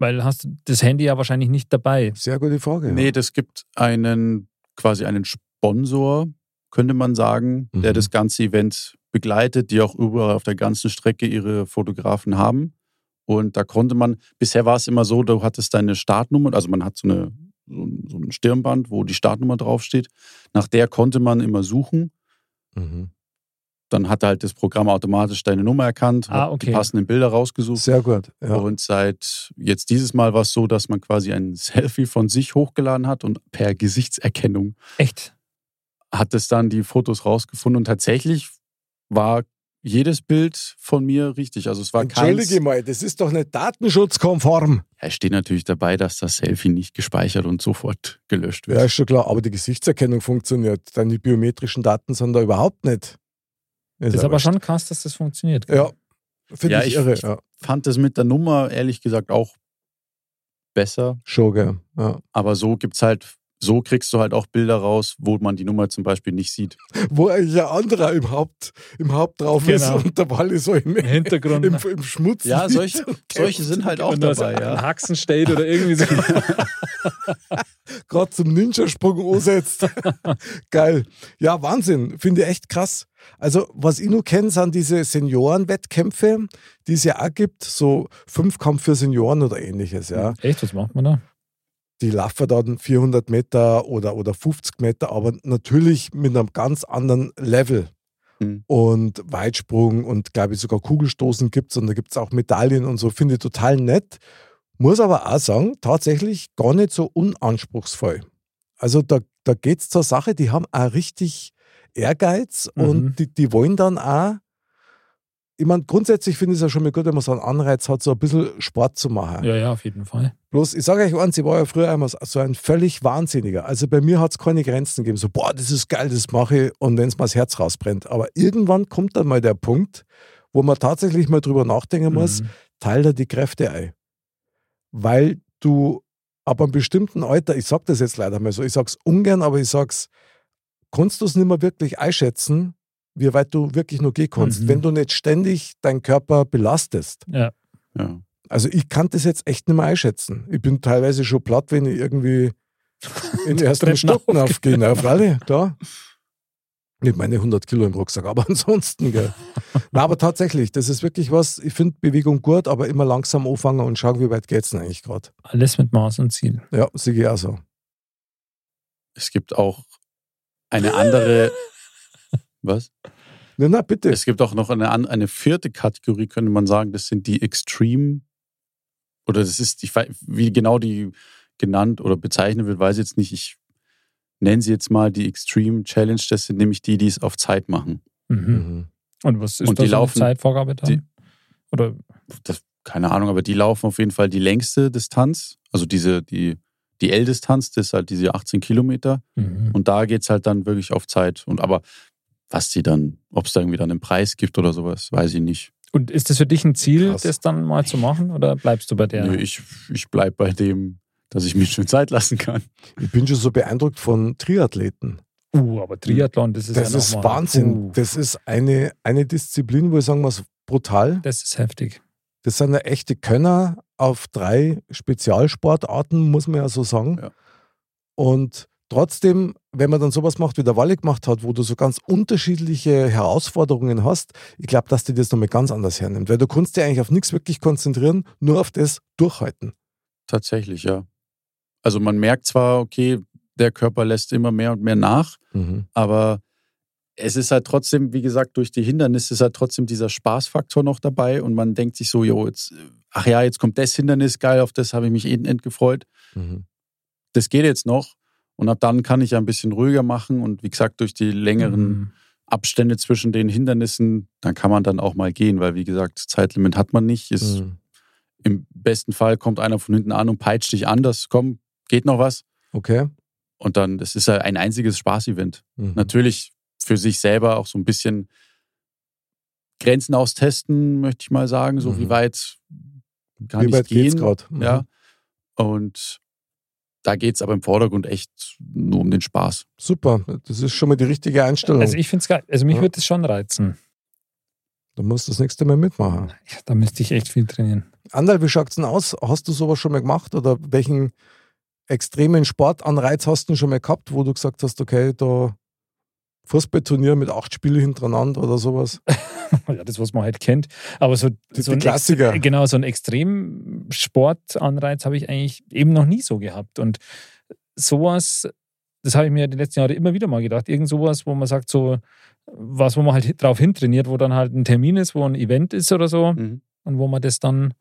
Speaker 2: Weil hast du das Handy ja wahrscheinlich nicht dabei.
Speaker 1: Sehr gute Frage.
Speaker 4: Nee, das gibt einen quasi einen Sponsor, könnte man sagen, der
Speaker 1: Mhm.
Speaker 4: das ganze Event begleitet, die auch überall auf der ganzen Strecke ihre Fotografen haben. Und da konnte man, bisher war es immer so, du hattest deine Startnummer, also man hat so, eine, so, ein- so ein Stirnband, wo die Startnummer draufsteht. Nach der konnte man immer suchen.
Speaker 1: Mhm.
Speaker 4: Dann hat halt das Programm automatisch deine Nummer erkannt,
Speaker 2: Ah,
Speaker 4: hat
Speaker 2: okay.
Speaker 4: die passenden Bilder rausgesucht.
Speaker 1: Sehr gut. Ja.
Speaker 4: Und seit jetzt dieses Mal war es so, dass man quasi ein Selfie von sich hochgeladen hat und per Gesichtserkennung
Speaker 2: Echt?
Speaker 4: hat es dann die Fotos rausgefunden. Und tatsächlich war jedes Bild von mir richtig. Also es war keins.
Speaker 1: Entschuldige mal, das ist doch nicht datenschutzkonform.
Speaker 4: Es steht natürlich dabei, dass das Selfie nicht gespeichert und sofort gelöscht
Speaker 1: Ja,
Speaker 4: wird.
Speaker 1: ist schon klar, aber die Gesichtserkennung funktioniert. Deine biometrischen Daten sind da überhaupt nicht.
Speaker 2: Das ist aber schon krass, dass das funktioniert.
Speaker 1: Ja, finde
Speaker 4: Ja,
Speaker 1: ich,
Speaker 4: ich-
Speaker 1: irre. Ja,
Speaker 4: Fand das mit der Nummer ehrlich gesagt auch besser.
Speaker 1: schon, gell. Ja.
Speaker 4: Aber so gibt's halt, so kriegst du halt auch Bilder raus, wo man die Nummer zum Beispiel nicht sieht.
Speaker 1: Wo eigentlich ein anderer im Haupt, im Haupt drauf
Speaker 2: Genau.
Speaker 1: ist und der Wally so im,
Speaker 2: Im Hintergrund.
Speaker 1: im, im Schmutz
Speaker 4: Ja,
Speaker 1: liegt
Speaker 4: solche,
Speaker 1: und
Speaker 4: solche sind halt auch
Speaker 2: Wenn da so
Speaker 4: dabei.
Speaker 2: ein
Speaker 4: Ja.
Speaker 2: Haxen steht oder irgendwie so.
Speaker 1: gerade zum Ninja-Sprung umsetzt. Geil. Ja, Wahnsinn. Finde ich echt krass. Also, was ich nur kenne, sind diese Seniorenwettkämpfe, die es ja auch gibt. So Fünfkampf für Senioren oder ähnliches, ja.
Speaker 2: Echt, was macht man da?
Speaker 1: Die laufen dann 400 Meter oder, oder 50 Meter, aber natürlich mit einem ganz anderen Level.
Speaker 4: Mhm.
Speaker 1: Und Weitsprung und, glaube ich, sogar Kugelstoßen gibt es und da gibt es auch Medaillen und so. Finde ich total nett. Muss aber auch sagen, tatsächlich gar nicht so unanspruchsvoll. Also da, da geht es zur Sache, die haben auch richtig Ehrgeiz
Speaker 2: Mhm.
Speaker 1: und die, die wollen dann auch, ich meine, grundsätzlich finde ich es ja schon mal gut, wenn man so einen Anreiz hat, so ein bisschen Sport zu machen.
Speaker 2: Ja, ja, auf jeden Fall.
Speaker 1: Bloß, ich sage euch eins, ich war ja früher einmal so ein völlig Wahnsinniger. Also bei mir hat es keine Grenzen gegeben. So, boah, das ist geil, das mache ich. Und wenn es mal das Herz rausbrennt. Aber irgendwann kommt dann mal der Punkt, wo man tatsächlich mal drüber nachdenken muss,
Speaker 2: Mhm.
Speaker 1: teil dir die Kräfte ein. Weil du ab einem bestimmten Alter, ich sage das jetzt leider mal so, ich sag's ungern, aber ich sag's, kannst du es nicht mehr wirklich einschätzen, wie weit du wirklich nur gehen kannst,
Speaker 2: Mhm.
Speaker 1: wenn du nicht ständig deinen Körper belastest.
Speaker 4: Ja.
Speaker 1: Also ich kann das jetzt echt nicht mehr einschätzen. Ich bin teilweise schon platt, wenn ich irgendwie in den ersten
Speaker 2: Treppen
Speaker 1: Stock
Speaker 2: aufgehe.
Speaker 1: aufgehe. Na, Fralle, da. Nicht meine 100 Kilo im Rucksack, aber ansonsten, gell. Na, aber tatsächlich, das ist wirklich was, ich finde Bewegung gut, aber immer langsam anfangen und schauen, wie weit geht's denn eigentlich gerade.
Speaker 2: Alles mit Maß und Ziel.
Speaker 1: Ja, sehe ich auch so.
Speaker 4: Es gibt auch eine andere. Was?
Speaker 1: Na, na, bitte.
Speaker 4: Es gibt auch noch eine, an- eine vierte Kategorie, könnte man sagen. Das sind die Extreme. Oder das ist, ich weiß, wie genau die genannt oder bezeichnet wird, weiß ich jetzt nicht. Ich nenne sie jetzt mal die Extreme Challenge. Das sind nämlich die, die es auf Zeit machen.
Speaker 2: Mhm.
Speaker 1: Mhm.
Speaker 2: Und was ist
Speaker 4: Und
Speaker 2: da
Speaker 4: die
Speaker 2: so eine
Speaker 4: laufen-
Speaker 2: Zeitvorgabe da?
Speaker 4: die-
Speaker 2: Oder
Speaker 4: Das, keine Ahnung, aber die laufen auf jeden Fall die längste Distanz. Also diese, die, die L-Distanz, das ist halt diese 18 Kilometer.
Speaker 2: mhm.
Speaker 4: Und da geht es halt dann wirklich auf Zeit. Und aber was die dann, ob es da irgendwie dann einen Preis gibt oder sowas, weiß ich nicht.
Speaker 2: Und ist das für dich ein Ziel,
Speaker 1: Krass.
Speaker 2: das dann mal zu machen oder bleibst du bei der?
Speaker 4: Nö, ich, ich bleibe bei dem, dass ich mir schön Zeit lassen kann.
Speaker 1: Ich bin schon so beeindruckt von Triathleten.
Speaker 2: uh, aber Triathlon, das ist
Speaker 1: Das
Speaker 2: ja
Speaker 1: ist
Speaker 2: noch mal-
Speaker 1: Wahnsinn.
Speaker 2: Uh,
Speaker 1: Das ist eine, eine Disziplin, wo ich sagen muss, brutal.
Speaker 2: das ist heftig.
Speaker 1: Das sind ja echte Könner auf drei Spezialsportarten, muss man ja so sagen.
Speaker 4: Ja.
Speaker 1: Und trotzdem, wenn man dann sowas macht, wie der Walle gemacht hat, wo du so ganz unterschiedliche Herausforderungen hast, ich glaube, dass dir das nochmal ganz anders hernimmt. Weil du kannst dich eigentlich auf nichts wirklich konzentrieren, nur auf das Durchhalten.
Speaker 4: Tatsächlich, ja. Also man merkt zwar, okay, der Körper lässt immer mehr und mehr nach, aber es ist halt trotzdem, wie gesagt, durch die Hindernisse ist halt trotzdem dieser Spaßfaktor noch dabei und man denkt sich so, jo, jetzt, äh, ach ja, jetzt kommt das Hindernis, geil, auf das habe ich mich eben gefreut.
Speaker 1: Mhm.
Speaker 4: Das geht jetzt noch und ab dann kann ich ja ein bisschen ruhiger machen und wie gesagt, durch die längeren
Speaker 2: Mhm.
Speaker 4: Abstände zwischen den Hindernissen, dann kann man dann auch mal gehen, weil wie gesagt, Zeitlimit hat man nicht. Ist,
Speaker 1: Mhm.
Speaker 4: Im besten Fall kommt einer von hinten an und peitscht dich an, das komm, geht noch was.
Speaker 1: Okay.
Speaker 4: Und dann, das ist ja ein einziges Spaßevent.
Speaker 1: Mhm.
Speaker 4: Natürlich für sich selber auch so ein bisschen Grenzen austesten, möchte ich mal sagen, so
Speaker 1: Mhm.
Speaker 4: wie weit kann
Speaker 1: Wie weit
Speaker 4: ich gehen.
Speaker 1: geht's gerade? Mhm.
Speaker 4: Ja. Und da geht es aber im Vordergrund echt nur um den Spaß. Also
Speaker 1: Super. Das ist schon mal die richtige Einstellung.
Speaker 2: Also ich finde es geil. Also mich
Speaker 1: Ja.
Speaker 2: würde es schon reizen.
Speaker 1: Du musst das nächste Mal mitmachen.
Speaker 2: Ja, da müsste ich echt viel trainieren.
Speaker 1: Andal, wie schaut es denn aus? Hast du sowas schon mal gemacht oder welchen extremen Sportanreiz hast du denn schon mal gehabt, wo du gesagt hast, okay, da Fußballturnier mit acht Spielen hintereinander oder sowas?
Speaker 2: Ja, das, was man halt kennt. Aber so,
Speaker 1: Die, die
Speaker 2: so Also ein Ex-
Speaker 1: Klassiker.
Speaker 2: Genau, so einen Extremsportanreiz habe ich eigentlich eben noch nie so gehabt. Und sowas, das habe ich mir die letzten Jahre immer wieder mal gedacht. Irgend sowas, wo man sagt, so was, wo man halt drauf hintrainiert, wo dann halt ein Termin ist, wo ein Event ist oder so
Speaker 4: Mhm.
Speaker 2: und wo man das dann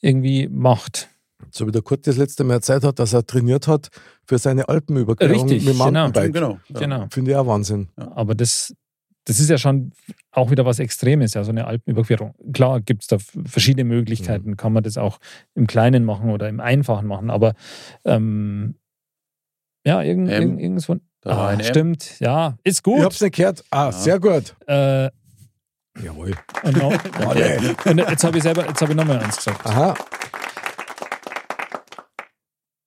Speaker 2: irgendwie macht.
Speaker 1: So wie der Kurt das letzte Mal erzählt hat, dass er trainiert hat für seine Alpenüberquerung
Speaker 2: Richtig,
Speaker 1: mit dem
Speaker 2: genau.
Speaker 1: Mountainbike.
Speaker 4: Genau. ja.
Speaker 2: Genau.
Speaker 1: Finde ich auch Wahnsinn.
Speaker 2: Aber das, das ist ja schon auch wieder was Extremes, ja, so eine Alpenüberquerung. Klar gibt es da f- verschiedene Möglichkeiten,
Speaker 4: Mhm.
Speaker 2: kann man das auch im Kleinen machen oder im Einfachen machen, aber ähm, ja, irgend,
Speaker 4: M.
Speaker 2: irgend, irgend so ein,
Speaker 4: Da war
Speaker 2: ah,
Speaker 4: ein M.
Speaker 2: stimmt, ja, ist
Speaker 1: Ich hab's
Speaker 2: gut.
Speaker 1: nicht gehört. Ah,
Speaker 4: Ja.
Speaker 1: sehr gut.
Speaker 2: Äh,
Speaker 1: Jawohl.
Speaker 2: und, noch,
Speaker 1: Alle.
Speaker 2: und jetzt habe ich selber, jetzt habe ich nochmal eins gesagt.
Speaker 1: Aha.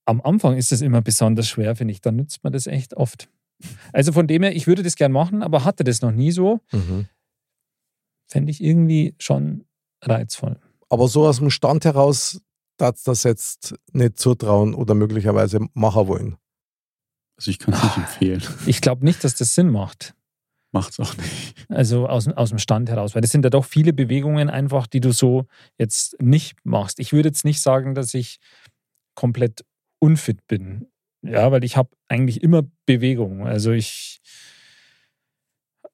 Speaker 2: Am Anfang ist es immer besonders schwer, finde ich. Dann nützt man das echt oft. Also von dem her, ich würde das gern machen, aber hatte das noch nie so.
Speaker 1: Mhm.
Speaker 2: Fände ich irgendwie schon reizvoll.
Speaker 1: Aber so aus dem Stand heraus darfst das jetzt nicht zutrauen oder möglicherweise machen wollen.
Speaker 4: Also ich kann es nicht empfehlen.
Speaker 2: Ich glaube nicht, dass das Sinn macht.
Speaker 4: Macht's auch nicht.
Speaker 2: Also aus, aus dem Stand heraus, weil das sind ja doch viele Bewegungen einfach, die du so jetzt nicht machst. Ich würde jetzt nicht sagen, dass ich komplett unfit bin. Ja, weil ich habe eigentlich immer Bewegung. Also ich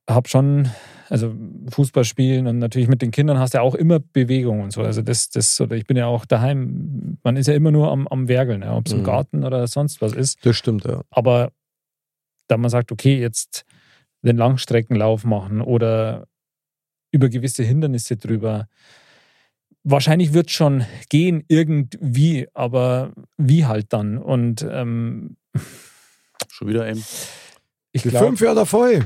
Speaker 2: habe schon, also Fußball spielen und natürlich mit den Kindern hast du ja auch immer Bewegung und so. Also das, das, oder ich bin ja auch daheim, man ist ja immer nur am, am Werkeln, ja, ob es im
Speaker 1: Mhm.
Speaker 2: Garten oder sonst was ist.
Speaker 1: Das stimmt, ja.
Speaker 2: Aber da man sagt, okay, jetzt den Langstreckenlauf machen oder über gewisse Hindernisse drüber. Wahrscheinlich wird schon gehen irgendwie, aber wie halt dann? Und ähm,
Speaker 4: Schon wieder M.
Speaker 2: ich
Speaker 1: Die
Speaker 2: glaube,
Speaker 1: fünf Jahre voll.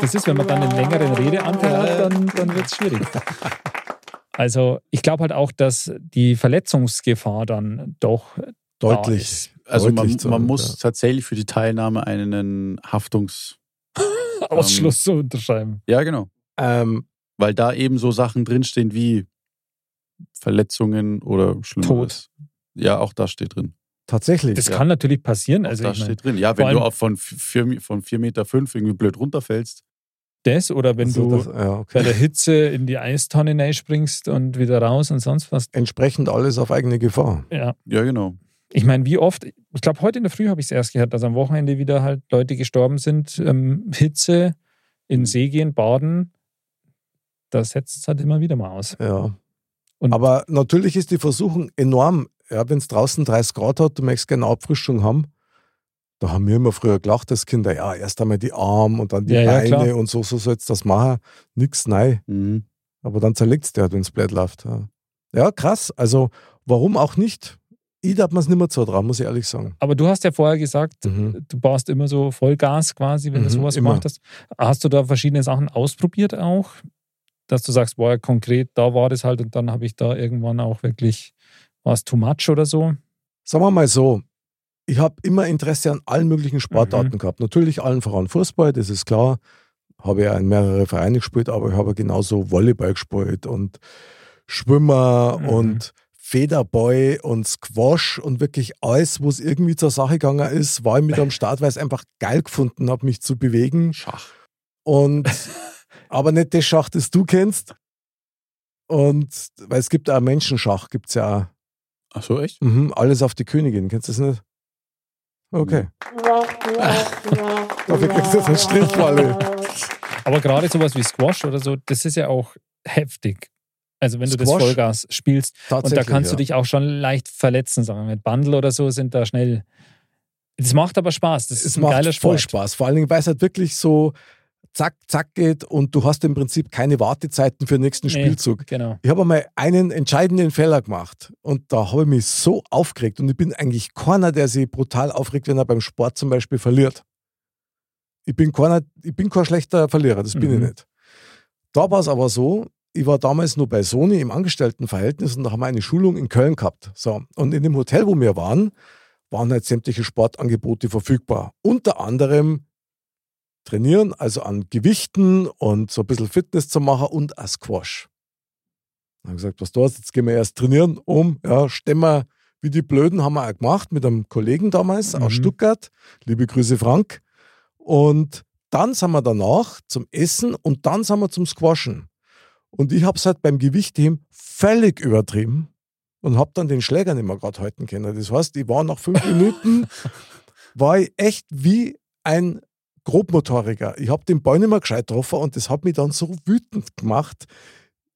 Speaker 2: das ist, wenn man dann einen längeren Redeanteil hat, dann, dann wird es schwierig. Also ich glaube halt auch, dass die Verletzungsgefahr dann doch
Speaker 1: Deutlich.
Speaker 2: ist.
Speaker 4: Also man,
Speaker 1: Deutlich zu-
Speaker 4: man muss
Speaker 1: ja.
Speaker 4: tatsächlich für die Teilnahme einen Haftungs...
Speaker 2: Ausschluss zu unterschreiben.
Speaker 4: Ja, genau.
Speaker 1: Ähm,
Speaker 4: weil da eben so Sachen drinstehen wie Verletzungen oder Schlimmeres. Ja, auch das steht drin.
Speaker 1: tatsächlich.
Speaker 2: Das
Speaker 4: ja.
Speaker 2: kann natürlich passieren.
Speaker 4: Auch
Speaker 2: Also
Speaker 4: das
Speaker 2: ich mein,
Speaker 4: steht drin. Ja,
Speaker 2: vor
Speaker 4: wenn du
Speaker 2: allem-
Speaker 4: auch von 4 von vier Meter fünf irgendwie blöd runterfällst.
Speaker 2: das oder wenn
Speaker 1: Also
Speaker 2: du
Speaker 1: das, ja, okay.
Speaker 2: bei der Hitze in die Eistonne springst und wieder raus und sonst was.
Speaker 1: Entsprechend alles auf eigene Gefahr.
Speaker 2: Ja.
Speaker 4: Ja, genau.
Speaker 2: Ich meine, wie oft, ich glaube, heute in der Früh habe ich es erst gehört, dass am Wochenende wieder halt Leute gestorben sind. Ähm, Hitze,
Speaker 1: Mhm.
Speaker 2: in den See gehen, baden, das setzt es halt immer wieder mal aus.
Speaker 1: Ja.
Speaker 2: Und-
Speaker 1: Aber natürlich ist die Versuchung enorm. Ja, wenn es draußen 30 Grad hat, du möchtest gerne eine Abfrischung haben. Da haben wir immer früher gelacht, das Kinder, ja, erst einmal die Arme und dann die
Speaker 2: Ja, ja,
Speaker 1: Beine
Speaker 2: klar.
Speaker 1: und so, so sollst du das machen. Nix, nein.
Speaker 4: Mhm.
Speaker 1: Aber dann zerlegt es dir halt, wenn es blöd läuft. Ja. ja, krass. Also, warum auch nicht? Ich darf man es nicht mehr zutrauen, muss ich ehrlich sagen.
Speaker 2: Aber du hast ja vorher gesagt,
Speaker 1: Mhm.
Speaker 2: du baust immer so Vollgas quasi, wenn du
Speaker 1: Mhm,
Speaker 2: sowas
Speaker 1: immer.
Speaker 2: gemacht hast. Hast du da verschiedene Sachen ausprobiert auch? Dass du sagst, boah, konkret, da war das halt und dann habe ich da irgendwann auch wirklich, war es too much oder so?
Speaker 1: Sagen wir mal so, ich habe immer Interesse an allen möglichen Sportarten gehabt. Natürlich allen voran Fußball, das ist klar. Habe ja in mehrere Vereine gespielt, aber ich habe genauso Volleyball gespielt und Schwimmer
Speaker 2: Mhm.
Speaker 1: und Federboy und Squash und wirklich alles, wo es irgendwie zur Sache gegangen ist, war ich mit am Start, weil ich es einfach geil gefunden habe, mich zu bewegen.
Speaker 4: Schach.
Speaker 1: Und aber nicht das Schach, das du kennst. Und weil es gibt auch Menschenschach, gibt es ja auch.
Speaker 4: Ach so, echt?
Speaker 1: Mhm, alles auf die Königin, kennst du das nicht? Okay. Dafür kriegst du jetzt einen Strich, Wally.
Speaker 2: Aber gerade sowas wie Squash oder so, das ist ja auch heftig. Also wenn du das
Speaker 1: Squash?
Speaker 2: Vollgas spielst und da kannst du dich auch schon leicht verletzen, sagen wir mit Bundle oder so sind da schnell. Das macht aber Spaß. Das
Speaker 1: Es
Speaker 2: ist ein
Speaker 1: macht
Speaker 2: geiler
Speaker 1: voll
Speaker 2: Sport.
Speaker 1: Spaß. Vor allen Dingen, weil es halt wirklich so zack, zack geht und du hast im Prinzip keine Wartezeiten für den nächsten
Speaker 2: Nee.
Speaker 1: Spielzug.
Speaker 2: Genau.
Speaker 1: Ich habe einmal einen entscheidenden Fehler gemacht und da habe ich mich so aufgeregt und ich bin eigentlich keiner, der sich brutal aufregt, wenn er beim Sport zum Beispiel verliert. Ich bin, keiner, ich bin kein schlechter Verlierer, das bin
Speaker 2: Mhm.
Speaker 1: ich nicht. Da war es aber so, ich war damals nur bei Sony im Angestelltenverhältnis und da haben wir eine Schulung in Köln gehabt. So, und in dem Hotel, wo wir waren, waren halt sämtliche Sportangebote verfügbar. Unter anderem trainieren, also an Gewichten und so ein bisschen Fitness zu machen und an Squash. Dann haben wir gesagt, was du hast, jetzt gehen wir erst trainieren, um, ja, stemmer wie die Blöden haben wir auch gemacht mit einem Kollegen damals
Speaker 2: Mhm.
Speaker 1: aus Stuttgart. Liebe Grüße, Frank. Und dann sind wir danach zum Essen und dann sind wir zum Squashen. Und ich habe es halt beim Gewichtheben völlig übertrieben und habe dann den Schläger nicht mehr gerade halten können. Das heißt, ich war nach fünf Minuten, war ich echt wie ein Grobmotoriker. Ich habe den Ball nicht mehr gescheit getroffen und das hat mich dann so wütend gemacht.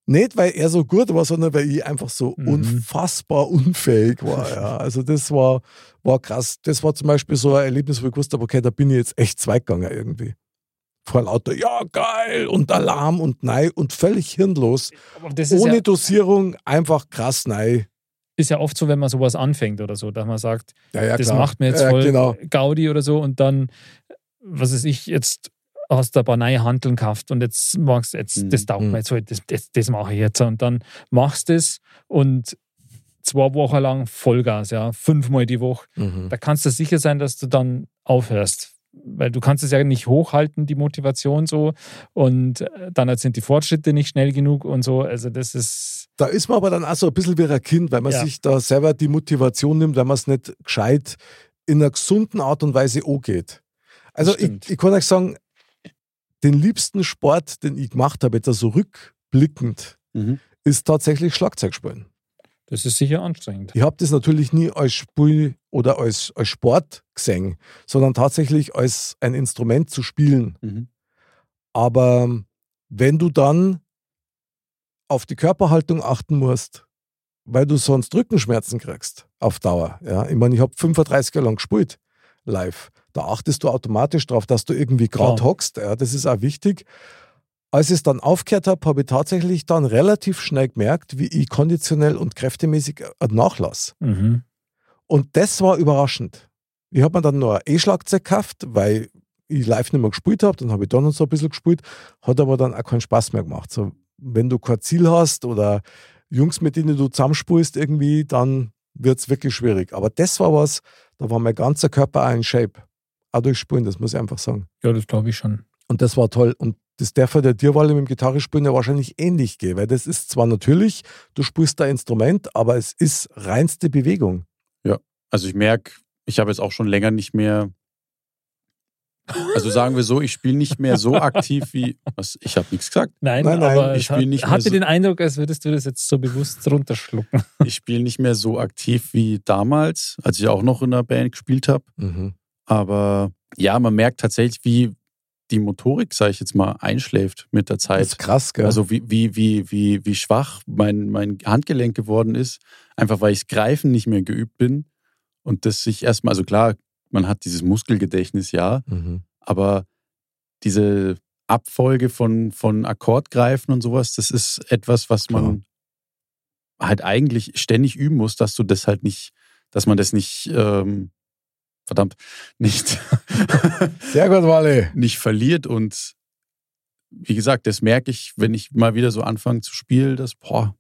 Speaker 1: Nicht, weil er so gut war, sondern weil ich einfach so
Speaker 2: Mhm.
Speaker 1: unfassbar unfähig war. Ja. Also das war, war krass. Das war zum Beispiel so ein Erlebnis, wo ich gewusst habe, okay, da bin ich jetzt echt zweitgegangen irgendwie. Vor lauter, ja geil und Alarm und Nein und völlig hirnlos.
Speaker 2: Aber das ist
Speaker 1: Ohne
Speaker 2: ja,
Speaker 1: Dosierung einfach krass Nein.
Speaker 2: ist ja oft so, wenn man sowas anfängt oder so, dass man sagt,
Speaker 1: Ja, ja,
Speaker 2: das
Speaker 1: klar.
Speaker 2: macht mir jetzt
Speaker 1: ja,
Speaker 2: voll
Speaker 1: Genau.
Speaker 2: Gaudi oder so und dann, was weiß ich, jetzt hast du ein paar neue Handeln gekauft und jetzt magst du, jetzt,
Speaker 4: Mhm.
Speaker 2: das taugt
Speaker 1: Mhm.
Speaker 2: mir jetzt halt, das, das, das mache ich jetzt. Und dann machst du es und zwei Wochen lang Vollgas, ja, fünfmal die Woche.
Speaker 1: Mhm.
Speaker 2: Da kannst du sicher sein, dass du dann aufhörst. Weil du kannst es ja nicht hochhalten, die Motivation so. Und äh, dann sind die Fortschritte nicht schnell genug und so. Also das ist,
Speaker 1: Da ist man aber dann auch so ein bisschen wie ein Kind, weil man
Speaker 2: Ja.
Speaker 1: sich da selber die Motivation nimmt, wenn man es nicht gescheit in einer gesunden Art und Weise angeht. Also
Speaker 4: Das stimmt.
Speaker 1: ich, ich kann euch sagen, den liebsten Sport, den ich gemacht habe, jetzt so rückblickend,
Speaker 4: Mhm.
Speaker 1: ist tatsächlich Schlagzeugspielen.
Speaker 2: das ist sicher anstrengend.
Speaker 1: Ich habe das natürlich nie als Spiel oder als, als Sport gesehen, sondern tatsächlich als ein Instrument zu spielen.
Speaker 4: Mhm.
Speaker 1: Aber ähm, wenn du dann auf die Körperhaltung achten musst, weil du sonst Rückenschmerzen kriegst auf Dauer. Ja? Ich meine, ich habe 35 Jahre lang gespielt live. Da achtest du automatisch drauf, dass du irgendwie gerade
Speaker 2: Klar.
Speaker 1: hockst. Ja? Das ist auch wichtig. Als ich es dann aufgehört habe, habe ich tatsächlich dann relativ schnell gemerkt, wie ich konditionell und kräftemäßig einen Nachlass.
Speaker 2: Mhm.
Speaker 1: Und das war überraschend. Ich habe mir dann noch ein E-Schlagzeug gekauft, weil ich live nicht mehr gespielt habe. Dann habe ich dann noch so ein bisschen gespielt, hat aber dann auch keinen Spaß mehr gemacht. So, wenn du kein Ziel hast oder Jungs, mit denen du zusammenspulst irgendwie, dann wird es wirklich schwierig. Aber das war was, da war mein ganzer Körper auch in Shape. Auch durch Spulen, das muss ich einfach sagen.
Speaker 2: Ja, das glaube ich schon.
Speaker 1: Und das war toll. Und das darf ja der Dirwalle mit dem Gitarre spielen ja wahrscheinlich ähnlich gehen, weil das ist zwar natürlich, du spielst da Instrument, aber es ist reinste Bewegung.
Speaker 4: Also ich merke, ich habe jetzt auch schon länger nicht mehr. Also sagen wir so, ich spiele nicht mehr so aktiv wie. Was, ich habe nichts gesagt.
Speaker 2: Nein,
Speaker 1: Nein, nein,
Speaker 2: aber
Speaker 4: ich
Speaker 2: ich hat,
Speaker 4: spiel nicht mehr
Speaker 2: hatte
Speaker 4: so-
Speaker 2: den Eindruck, als würdest du das jetzt so bewusst runterschlucken.
Speaker 4: Ich spiele nicht mehr so aktiv wie damals, als ich auch noch in der Band gespielt habe.
Speaker 1: Mhm.
Speaker 4: Aber ja, man merkt tatsächlich, wie die Motorik, sage ich jetzt mal, einschläft mit der
Speaker 1: Das
Speaker 4: Zeit.
Speaker 1: ist krass, gell?
Speaker 4: Also wie, wie, wie, wie, wie schwach mein, mein Handgelenk geworden ist, einfach weil ich Greifen nicht mehr geübt bin. Und das sich erstmal, also klar, man hat dieses Muskelgedächtnis, ja,
Speaker 1: mhm.
Speaker 4: aber diese Abfolge von, von Akkordgreifen und sowas, das ist etwas, was man
Speaker 1: Genau.
Speaker 4: halt eigentlich ständig üben muss, dass du das halt nicht, dass man das nicht, ähm, verdammt, nicht,
Speaker 1: Sehr gut, Wally.
Speaker 4: nicht verliert. Und wie gesagt, das merke ich, wenn ich mal wieder so anfange zu spielen, dass, boah,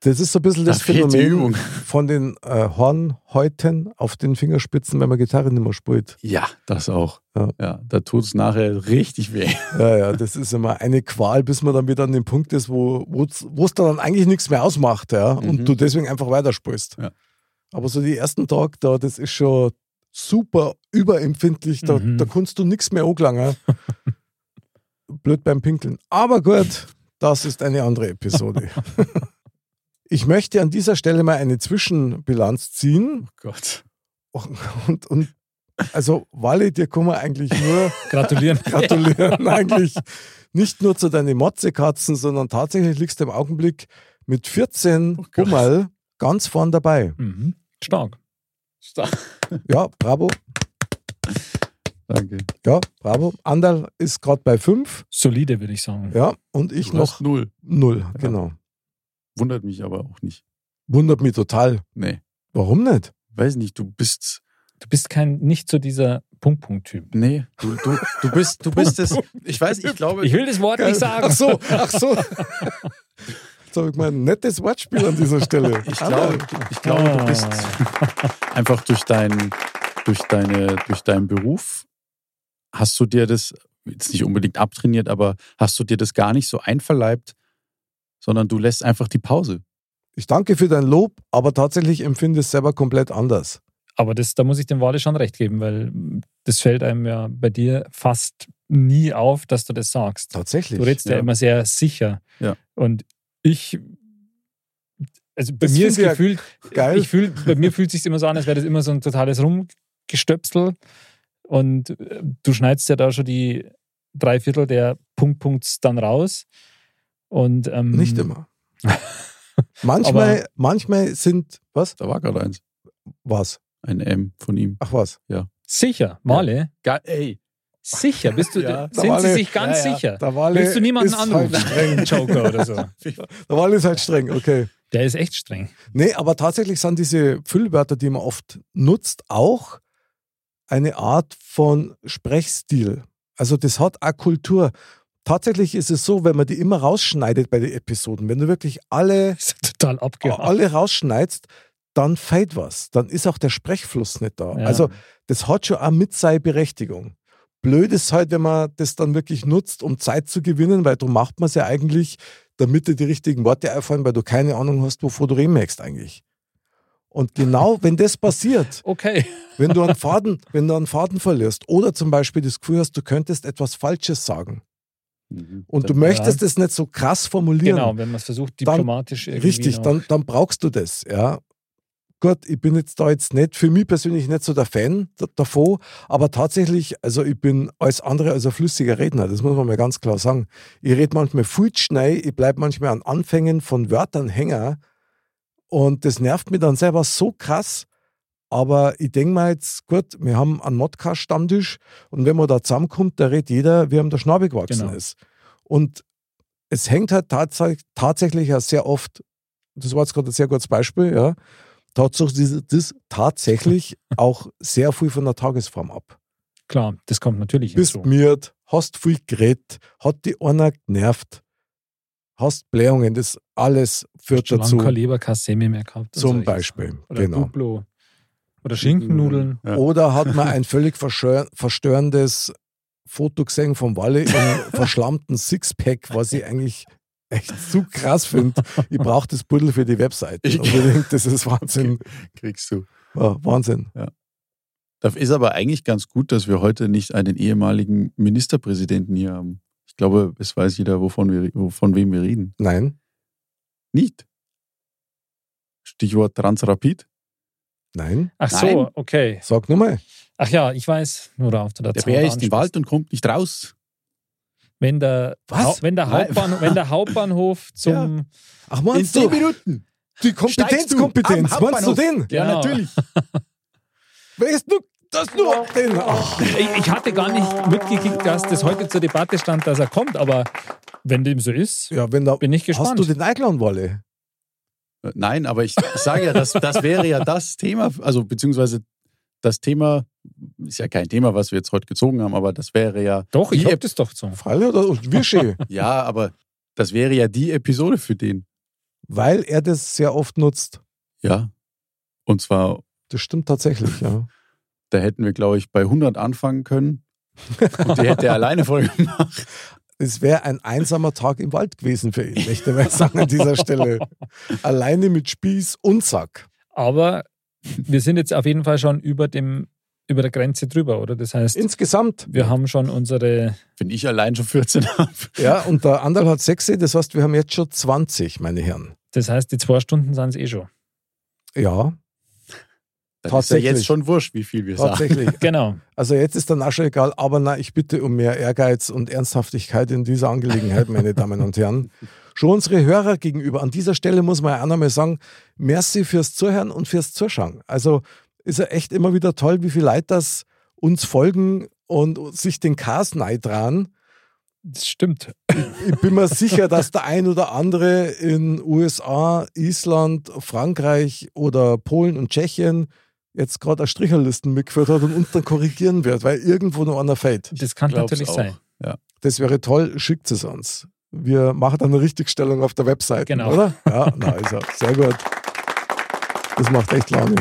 Speaker 1: Das ist so ein bisschen
Speaker 4: da
Speaker 1: das
Speaker 4: fehlt die
Speaker 1: Phänomen
Speaker 4: Übung.
Speaker 1: von den äh, Hornhäuten auf den Fingerspitzen, wenn man Gitarre nicht mehr spielt.
Speaker 4: Ja, das auch.
Speaker 1: Ja.
Speaker 4: Ja, da tut es nachher richtig weh.
Speaker 1: Ja, ja, das ist immer eine Qual, bis man dann wieder an dem Punkt ist, wo es dann eigentlich nichts mehr ausmacht ja, und
Speaker 4: Mhm.
Speaker 1: du deswegen einfach weiterspielst.
Speaker 4: Ja.
Speaker 1: Aber so die ersten Tage da, das ist schon super überempfindlich, da,
Speaker 2: Mhm.
Speaker 1: da kannst du nichts mehr angelangen. Blöd beim Pinkeln. Aber gut, das ist eine andere Episode. Ich möchte an dieser Stelle mal eine Zwischenbilanz ziehen.
Speaker 4: Oh Gott.
Speaker 1: Und, und also, Wally, dir kann man eigentlich nur
Speaker 2: Gratulieren.
Speaker 1: gratulieren eigentlich nicht nur zu deinen Motzekatzen, sondern tatsächlich liegst du im Augenblick mit 14
Speaker 4: Oh Gott.
Speaker 1: Bummel ganz vorn dabei.
Speaker 2: Mhm. Stark.
Speaker 1: Ja, bravo.
Speaker 4: Danke.
Speaker 1: Ja, bravo. Andal ist gerade bei 5.
Speaker 2: Solide, würde ich sagen.
Speaker 1: Ja, und ich
Speaker 4: Du
Speaker 1: noch
Speaker 4: hast null.
Speaker 1: 0. Genau.
Speaker 4: Wundert mich aber auch nicht.
Speaker 1: Wundert mich total.
Speaker 4: Nee.
Speaker 1: Warum nicht?
Speaker 4: Weiß nicht, du bist
Speaker 2: Du bist kein, nicht so dieser Punkt-Punkt-Typ.
Speaker 4: Nee, du, du, du bist, du bist es. Ich weiß, ich glaube,
Speaker 2: Ich will das Wort nicht
Speaker 1: Ach
Speaker 2: sagen.
Speaker 1: so, ach so. Jetzt habe ich mal ein nettes Wortspiel an dieser Stelle.
Speaker 4: ich glaube, ich glaube, du bist einfach durch deinen, durch deine, durch deinen Beruf hast du dir das jetzt nicht unbedingt abtrainiert, aber hast du dir das gar nicht so einverleibt, sondern du lässt einfach die Pause.
Speaker 1: Ich danke für dein Lob, aber tatsächlich empfinde ich es selber komplett anders.
Speaker 2: Aber das, da muss ich dem Wale schon recht geben, weil das fällt einem ja bei dir fast nie auf, dass du das sagst.
Speaker 1: Tatsächlich.
Speaker 2: Du redest ja,
Speaker 4: ja.
Speaker 2: immer sehr sicher.
Speaker 4: Ja.
Speaker 2: Und ich, also bei
Speaker 1: Das
Speaker 2: mir
Speaker 1: finde
Speaker 2: ist
Speaker 1: ich ja
Speaker 2: gefühlt,
Speaker 1: Geil.
Speaker 2: ich fühl, bei mir fühlt sich immer so an, als wäre das immer so ein totales Rumgestöpsel. Und äh, du schneidest ja da schon die drei Viertel der Punkt-Punkts dann raus. Und, ähm,
Speaker 1: Nicht immer. manchmal, manchmal sind, was?
Speaker 4: Da war gerade eins.
Speaker 1: Was?
Speaker 4: Ein M von ihm.
Speaker 1: Ach was.
Speaker 2: Sicher, Male.
Speaker 4: Ge ey.
Speaker 2: Sicher, bist du,
Speaker 4: Ja,
Speaker 2: sind
Speaker 1: Wale-
Speaker 2: sie sich ganz
Speaker 4: ja, ja.
Speaker 2: sicher?
Speaker 1: Der Wale
Speaker 2: Willst du niemanden
Speaker 1: ist
Speaker 2: anrufen?
Speaker 1: Halt streng.
Speaker 2: Joker oder so.
Speaker 1: Der Wale ist halt streng, okay.
Speaker 2: Der ist echt streng.
Speaker 1: Nee, aber tatsächlich sind diese Füllwörter, die man oft nutzt, auch eine Art von Sprechstil. Also das hat auch Kultur. Tatsächlich ist es so, wenn man die immer rausschneidet bei den Episoden, wenn du wirklich alle,
Speaker 2: Ist ja total abgehakt.
Speaker 1: alle rausschneidest, dann fehlt was. Dann ist auch der Sprechfluss nicht da.
Speaker 2: Ja.
Speaker 1: Also das hat schon auch mit seine Berechtigung. Blöd ist halt, wenn man das dann wirklich nutzt, um Zeit zu gewinnen, weil du macht man es ja eigentlich, damit dir die richtigen Worte einfallen, weil du keine Ahnung hast, wovor du reden möchtest eigentlich. Und genau, wenn das passiert,
Speaker 2: Okay.
Speaker 1: wenn du einen Faden, wenn du einen Faden verlierst oder zum Beispiel das Gefühl hast, du könntest etwas Falsches sagen und du
Speaker 2: Mhm. Ja.
Speaker 1: möchtest es nicht so krass formulieren,
Speaker 2: Genau, wenn man es versucht,
Speaker 1: Dann-
Speaker 2: diplomatisch irgendwie. genau.
Speaker 1: Richtig,
Speaker 2: noch-
Speaker 1: dann, dann brauchst du das, ja. Gut, ich bin jetzt da jetzt nicht, für mich persönlich nicht so der Fan d- davon, aber tatsächlich, also ich bin alles andere als ein flüssiger Redner, das muss man mal ganz klar sagen. Ich rede manchmal viel zu schnell, ich bleibe manchmal an Anfängen von Wörtern hänger und das nervt mich dann selber so krass, aber ich denke mal jetzt, gut, wir haben einen Modcast-Stammtisch und wenn man da zusammenkommt, da redet jeder, wie ihm der Schnabel gewachsen
Speaker 2: Genau.
Speaker 1: ist. Und es hängt halt tatsächlich, tatsächlich ja sehr oft, das war jetzt gerade ein sehr gutes Beispiel, ja, tatsächlich, das tatsächlich auch sehr viel von der Tagesform ab.
Speaker 2: Klar, das kommt natürlich
Speaker 1: Bist
Speaker 2: hinzu.
Speaker 1: miert, hast viel geredet, hat die einer genervt, hast Blähungen, das alles führt
Speaker 2: Schon lange
Speaker 1: dazu.
Speaker 2: kein Leber, kein Semi mehr gehabt. und
Speaker 1: Zum
Speaker 2: solche
Speaker 1: Beispiel,
Speaker 2: Sachen. Oder
Speaker 1: genau.
Speaker 2: Duplo. Oder Schinkennudeln.
Speaker 4: Ja.
Speaker 1: Oder hat man ein völlig verschör- verstörendes Foto gesehen vom Walle im verschlammten Sixpack, was ich eigentlich echt zu krass finde. Ich brauche das Buddel für die Webseite.
Speaker 4: Ich-
Speaker 1: Unbedingt. Das ist Wahnsinn.
Speaker 4: Kriegst du.
Speaker 1: Ja, Wahnsinn.
Speaker 4: Das ist aber eigentlich ganz gut, dass wir heute nicht einen ehemaligen Ministerpräsidenten hier haben. Ich glaube, es weiß jeder, wovon wir, wovon wem wir reden.
Speaker 1: Nein,
Speaker 4: Nicht. Stichwort Transrapid.
Speaker 1: nein.
Speaker 2: Ach so,
Speaker 4: Nein.
Speaker 2: okay.
Speaker 1: Sag nochmal.
Speaker 2: Ach ja, ich weiß, nur auf der
Speaker 4: Der
Speaker 2: Zahn
Speaker 4: Bär ist im
Speaker 2: ansprichst.
Speaker 4: Wald und kommt nicht raus.
Speaker 2: Wenn der,
Speaker 1: Was?
Speaker 2: Hau- Wenn der,
Speaker 4: Nein.
Speaker 2: Hauptbahnhof, wenn der Hauptbahnhof zum.
Speaker 1: Ach, meinst
Speaker 4: zehn
Speaker 1: du?
Speaker 4: Minuten.
Speaker 1: Die
Speaker 4: steigst du
Speaker 1: Kompetenzkompetenz.
Speaker 4: am
Speaker 1: Meinst du
Speaker 4: Hauptbahnhof.
Speaker 1: den?
Speaker 4: Ja,
Speaker 2: Genau.
Speaker 4: natürlich.
Speaker 1: Weißt du, das nur den? Ach,
Speaker 4: Oh.
Speaker 2: Ich, ich hatte gar nicht mitgekriegt, dass das heute zur Debatte stand, dass er kommt, aber wenn dem so ist,
Speaker 1: ja, wenn da.
Speaker 2: bin ich
Speaker 1: Hast
Speaker 2: gespannt.
Speaker 1: du den Eikland-Walle?
Speaker 4: Äh, Nein, aber ich, ich sage ja, das, das wäre ja das Thema, also beziehungsweise das Thema ist ja kein Thema, was wir jetzt heute gezogen haben, aber das wäre ja,
Speaker 2: doch, ich
Speaker 4: Die
Speaker 2: hab
Speaker 4: App-
Speaker 2: das doch so.
Speaker 1: Freilich oder eh. und Wirsche?
Speaker 4: ja, aber das wäre ja die Episode für den.
Speaker 1: Weil er das sehr oft nutzt.
Speaker 4: Ja. Und zwar,
Speaker 1: Das stimmt tatsächlich, ja.
Speaker 4: da hätten wir, glaube ich, bei 100 anfangen können. Und die hätte er alleine voll gemacht.
Speaker 1: Es wäre ein einsamer Tag im Wald gewesen für ihn, möchte ich sagen an dieser Stelle. Alleine mit Spieß und Sack.
Speaker 2: Aber wir sind jetzt auf jeden Fall schon über, dem, über der Grenze drüber, oder? Das heißt,
Speaker 1: Insgesamt.
Speaker 2: wir haben schon unsere.
Speaker 4: Wenn ich allein schon 14 habe.
Speaker 1: Ja, und der Anderl hat sechs, das heißt, wir haben jetzt schon 20, meine Herren.
Speaker 2: Das heißt, die zwei Stunden sind es eh schon.
Speaker 1: Ja,
Speaker 4: Dann ist ja
Speaker 1: Tatsächlich.
Speaker 4: jetzt schon wurscht, wie viel wir sagen.
Speaker 1: tatsächlich.
Speaker 2: Genau.
Speaker 1: Also jetzt ist der Nasche egal, aber na, ich bitte um mehr Ehrgeiz und Ernsthaftigkeit in dieser Angelegenheit, meine Damen und Herren. Schon unsere Hörer gegenüber. An dieser Stelle muss man ja auch nochmal sagen, merci fürs Zuhören und fürs Zuschauen. Also ist ja echt immer wieder toll, wie viele Leute das uns folgen und sich den Cast neidran.
Speaker 2: Das stimmt.
Speaker 1: Ich bin mir sicher, dass der ein oder andere in USA, Island, Frankreich oder Polen und Tschechien jetzt gerade eine Stricherlisten mitgeführt hat und uns dann korrigieren wird, weil irgendwo noch einer fällt.
Speaker 2: Das kann
Speaker 4: Glaub's
Speaker 2: natürlich
Speaker 4: auch.
Speaker 2: sein.
Speaker 1: Das wäre toll, schickt es uns. Wir machen dann eine Richtigstellung auf der Webseite,
Speaker 2: Genau.
Speaker 1: oder? Ja, na also, sehr gut. Das macht echt Laune.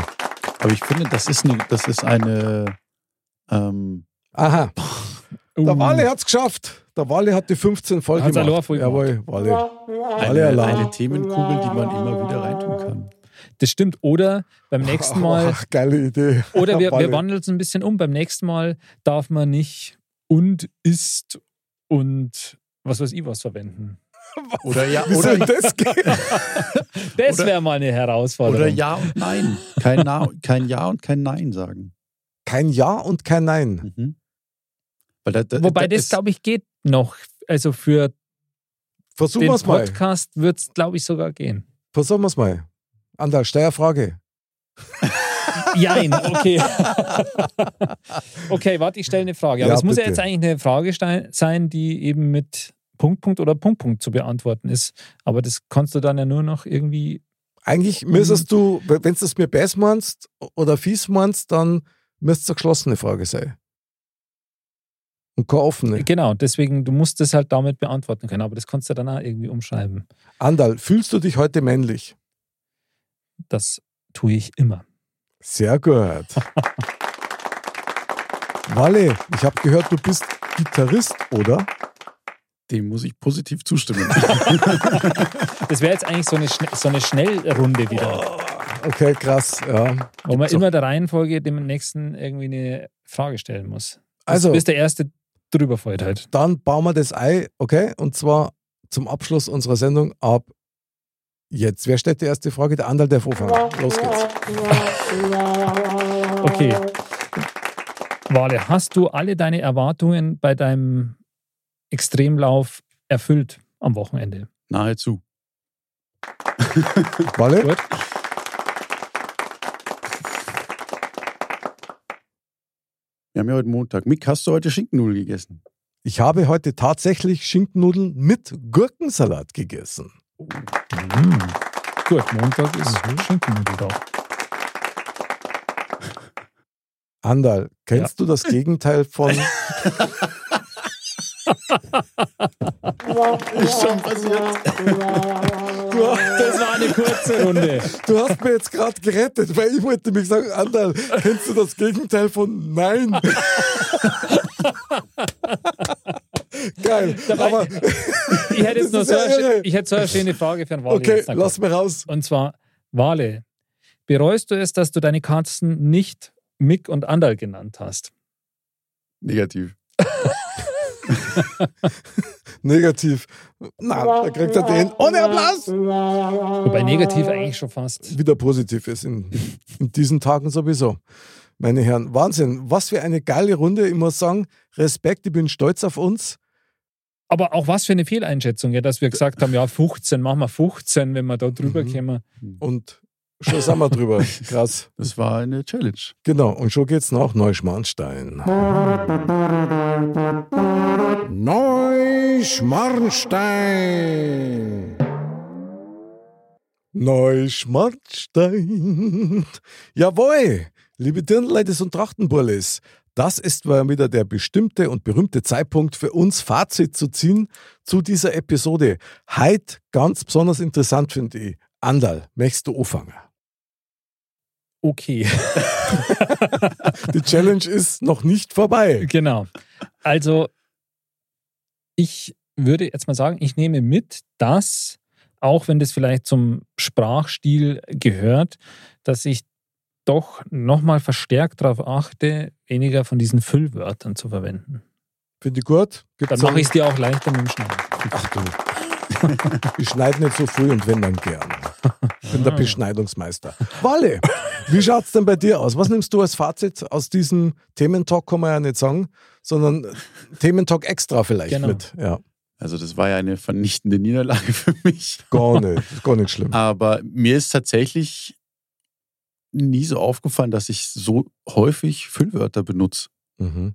Speaker 4: Aber ich finde, das ist eine, das ist eine ähm,
Speaker 1: Aha, Der Wale hat es geschafft. Der Wale hat die 15 voll
Speaker 2: Hat's allein
Speaker 1: gemacht.
Speaker 2: voll
Speaker 1: Jawohl, Wale. Alle
Speaker 4: Eine,
Speaker 1: allein.
Speaker 4: eine Themenkugel, die man immer wieder reintun kann.
Speaker 2: Das stimmt. Oder beim nächsten Mal,
Speaker 1: Ach, geile Idee.
Speaker 2: oder wir, wir
Speaker 1: Wale.
Speaker 2: wandeln es ein bisschen um. Beim nächsten Mal darf man nicht und ist und was weiß ich was verwenden.
Speaker 4: Oder ja,
Speaker 1: Wie soll
Speaker 4: oder,
Speaker 1: das gehen?
Speaker 2: Das
Speaker 4: Oder-
Speaker 2: wäre mal eine Herausforderung.
Speaker 4: oder ja und nein. Kein, Na, kein Ja und kein Nein sagen.
Speaker 1: Kein Ja und kein Nein.
Speaker 4: Mhm. Weil da, da,
Speaker 2: Wobei das, glaube ich, geht noch. Also für
Speaker 1: Versuchen
Speaker 2: den
Speaker 1: wir es mal.
Speaker 2: Podcast wird es, glaube ich, sogar gehen.
Speaker 1: Versuchen wir es mal. Andal, Steuerfrage.
Speaker 2: Jein, okay. okay, warte, ich stelle eine Frage. Aber
Speaker 1: Ja,
Speaker 2: es muss ja
Speaker 1: bitte.
Speaker 2: jetzt eigentlich eine Frage stein- sein, die eben mit Punkt, Punkt oder Punkt, Punkt zu beantworten ist. Aber das kannst du dann ja nur noch irgendwie.
Speaker 1: Eigentlich müsstest du, wenn du es mir besser meinst oder fies meinst, dann müsste es eine geschlossene Frage sein. Und keine offene.
Speaker 2: Genau, deswegen, du musst das halt damit beantworten können. Aber das kannst du dann auch irgendwie umschreiben.
Speaker 1: Andal, fühlst du dich heute männlich?
Speaker 2: Das tue ich immer.
Speaker 1: Sehr gut. Walle, ich habe gehört, du bist Gitarrist, oder?
Speaker 4: Dem muss ich positiv zustimmen.
Speaker 2: Das wäre jetzt eigentlich so eine, Schne so eine Schnellrunde wieder,
Speaker 1: Okay, krass. Ja.
Speaker 2: wo man
Speaker 1: gibt's auch-
Speaker 2: immer der Reihenfolge dem nächsten irgendwie eine Frage stellen muss.
Speaker 1: Also,
Speaker 2: Bis der erste drüber fällt halt.
Speaker 1: dann bauen wir das Ei, okay? Und zwar zum Abschluss unserer Sendung ab jetzt. Wer stellt die erste Frage? Der Andal darf anfangen. Los geht's.
Speaker 2: Okay. Wale, hast du alle deine Erwartungen bei deinem Extremlauf erfüllt am Wochenende?
Speaker 4: Nahezu.
Speaker 1: Walle?
Speaker 2: Gut.
Speaker 4: Wir haben ja heute Montag. Mick, hast du heute Schinkennudeln gegessen?
Speaker 1: Ich habe heute tatsächlich Schinkennudeln mit Gurkensalat gegessen. Mhm.
Speaker 2: Mm. Gut, Montag ist mhm. Schinkennudeltag.
Speaker 1: Andal, kennst du das Gegenteil von
Speaker 4: Ist schon passiert.
Speaker 2: Das war eine kurze Runde.
Speaker 1: Du hast mir jetzt gerade gerettet, weil ich wollte mich sagen, Andal, kennst du das Gegenteil von Nein? Geil. aber
Speaker 2: Ich hätte jetzt noch
Speaker 1: Das ist
Speaker 2: so,
Speaker 1: ja
Speaker 2: eine,
Speaker 1: irre.
Speaker 2: schö- ich hätte so eine schöne Frage für einen Wale.
Speaker 1: okay,
Speaker 2: jetzt noch
Speaker 1: lass mir raus.
Speaker 2: Und zwar, Wale, bereust du es, dass du deine Katzen nicht Mick und Andal genannt hast?
Speaker 4: Negativ.
Speaker 1: Negativ. Na, da kriegt er den ohne Applaus.
Speaker 2: Wobei negativ eigentlich schon fast.
Speaker 1: Wieder positiv ist in, in diesen Tagen sowieso. Meine Herren, Wahnsinn. Was für eine geile Runde. Ich muss sagen, Respekt, ich bin stolz auf uns.
Speaker 2: Aber auch was für eine Fehleinschätzung, ja, dass wir gesagt haben, ja, 15, machen wir 15, wenn wir da drüber
Speaker 1: Mhm.
Speaker 2: kämen.
Speaker 1: Und schon sind wir drüber. Krass.
Speaker 4: Das war eine Challenge.
Speaker 1: Genau, und schon geht's nach Neuschmarnstein.
Speaker 5: Neuschmarnstein.
Speaker 1: Neuschmarnstein. Jawohl, liebe Dirndleites und Trachtenburles, das ist mal wieder der bestimmte und berühmte Zeitpunkt für uns Fazit zu ziehen zu dieser Episode. Heit ganz besonders interessant finde ich. Andal, möchtest du anfangen?
Speaker 2: Okay,
Speaker 1: Die Challenge ist noch nicht vorbei.
Speaker 2: genau. Also, ich würde jetzt mal sagen, ich nehme mit, dass, auch wenn das vielleicht zum Sprachstil gehört, dass ich doch nochmal verstärkt darauf achte, weniger von diesen Füllwörtern zu verwenden.
Speaker 1: Finde ich gut. Gibt's
Speaker 2: Dann mache
Speaker 1: einen-
Speaker 2: ich es dir auch leichter mit dem Schneiden.
Speaker 1: Ach du. Ich schneide nicht so früh und wenn dann gern. Ich
Speaker 2: Ah.
Speaker 1: bin der Beschneidungsmeister. Walle, wie schaut's denn bei dir aus? Was nimmst du als Fazit aus diesem Thementalk, kann man ja nicht sagen, sondern Thementalk extra vielleicht
Speaker 2: Genau.
Speaker 1: mit. Ja,
Speaker 4: Also das war ja eine vernichtende Niederlage für mich.
Speaker 1: gar nicht, gar nicht schlimm.
Speaker 4: Aber mir ist tatsächlich nie so aufgefallen, dass ich so häufig Füllwörter benutze.
Speaker 1: Mhm.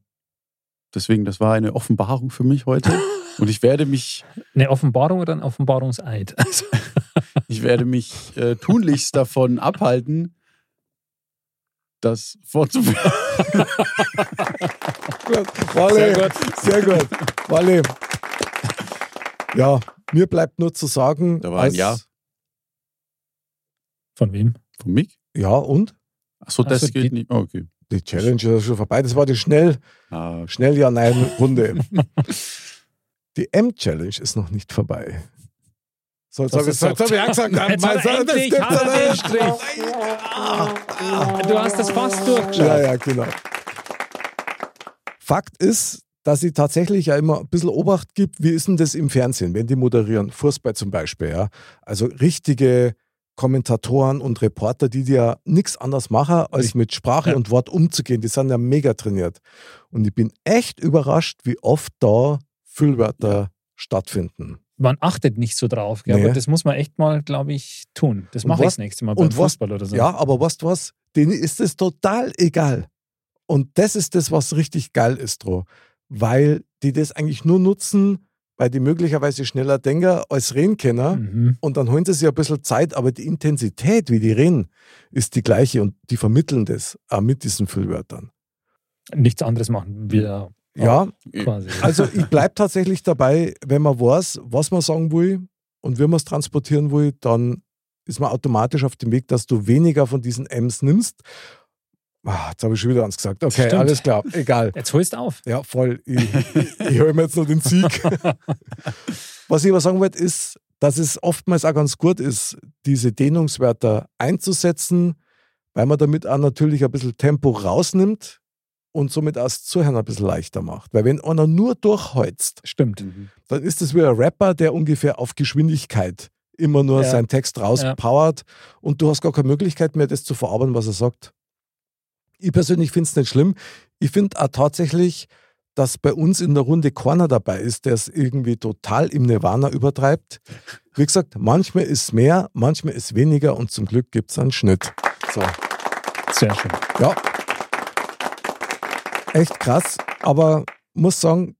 Speaker 4: Deswegen, das war eine Offenbarung für mich heute. Und ich werde mich,
Speaker 2: Eine Offenbarung oder ein Offenbarungseid? Also,
Speaker 4: ich werde mich äh, tunlichst davon abhalten, das fortzuführen.
Speaker 1: Gut. Walle,
Speaker 2: Sehr gut.
Speaker 1: Sehr gut. Walle. Ja, mir bleibt nur zu sagen,
Speaker 4: Da war ein Ja.
Speaker 2: Von wem?
Speaker 4: Von Mick?
Speaker 1: Ja, und?
Speaker 4: Achso, das
Speaker 2: Ach so,
Speaker 4: geht
Speaker 2: die-
Speaker 4: nicht. Oh, okay.
Speaker 1: Die Challenge ist schon vorbei. Das war die schnell,
Speaker 4: Ah,
Speaker 1: schnell ja nein Runde. die M Challenge ist noch nicht vorbei. So, jetzt
Speaker 2: Das
Speaker 1: habe ich,
Speaker 2: ist
Speaker 1: so, jetzt
Speaker 2: so-
Speaker 1: hab ich auch gesagt, nein,
Speaker 2: Jetzt hat
Speaker 1: mein
Speaker 2: er
Speaker 1: Sohn, das
Speaker 2: endlich-
Speaker 1: gibt's
Speaker 2: hat er den
Speaker 1: doch nicht. Ah,
Speaker 2: Du hast das fast durchgeschaut.
Speaker 1: Ja, ja, genau. Fakt ist, dass ich tatsächlich ja immer ein bisschen Obacht gibt, wie ist denn das im Fernsehen, wenn die moderieren, Fußball zum Beispiel, ja. Also richtige Kommentatoren und Reporter, die dir ja nichts anderes machen, als mit Sprache
Speaker 2: Ja.
Speaker 1: und Wort umzugehen, die sind ja mega trainiert. Und ich bin echt überrascht, wie oft da Füllwörter stattfinden.
Speaker 2: Man achtet nicht so drauf, gell?
Speaker 1: Nee.
Speaker 2: aber das muss man echt mal, glaube ich, tun. Das
Speaker 1: Und
Speaker 2: mache ich
Speaker 1: was-
Speaker 2: das nächste Mal
Speaker 1: und
Speaker 2: beim
Speaker 1: was-
Speaker 2: Fußball oder so.
Speaker 1: Ja, aber weißt du was? Denen ist es total egal. Und das ist das, was richtig geil ist, Dro. Weil die das eigentlich nur nutzen, weil die möglicherweise schneller denken als reden können.
Speaker 2: Mhm.
Speaker 1: Und dann holen sie sich ein bisschen Zeit, aber die Intensität, wie die reden, ist die gleiche und die vermitteln das auch mit diesen Füllwörtern.
Speaker 2: Nichts anderes machen wir
Speaker 1: Ja,
Speaker 2: quasi.
Speaker 1: also ich bleibe tatsächlich dabei, wenn man weiß, was man sagen will und wie man es transportieren will, dann ist man automatisch auf dem Weg, dass du weniger von diesen M's nimmst. Ah, jetzt habe ich schon wieder eins gesagt. Okay,
Speaker 2: Stimmt.
Speaker 1: alles klar, egal.
Speaker 2: Jetzt holst du auf.
Speaker 1: Ja, voll. Ich, ich, ich höre mir jetzt noch den Sieg. Was ich aber sagen wollte, ist, dass es oftmals auch ganz gut ist, diese Dehnungswörter einzusetzen, weil man damit auch natürlich ein bisschen Tempo rausnimmt und somit auch das Zuhören ein bisschen leichter macht. Weil wenn einer nur durchheuzt,
Speaker 2: Stimmt.
Speaker 4: mhm.
Speaker 1: dann ist es wie ein Rapper, der ungefähr auf Geschwindigkeit immer nur
Speaker 2: Ja.
Speaker 1: seinen Text rauspowert und du hast gar keine Möglichkeit mehr, das zu verarbeiten, was er sagt. Ich persönlich finde es nicht schlimm. Ich finde auch tatsächlich, dass bei uns in der Runde Corner dabei ist, der es irgendwie total im Nirvana übertreibt. Wie gesagt, manchmal ist mehr, manchmal ist weniger und zum Glück gibt es einen Schnitt. So.
Speaker 2: Sehr schön.
Speaker 1: Ja. Echt krass, aber muss sagen,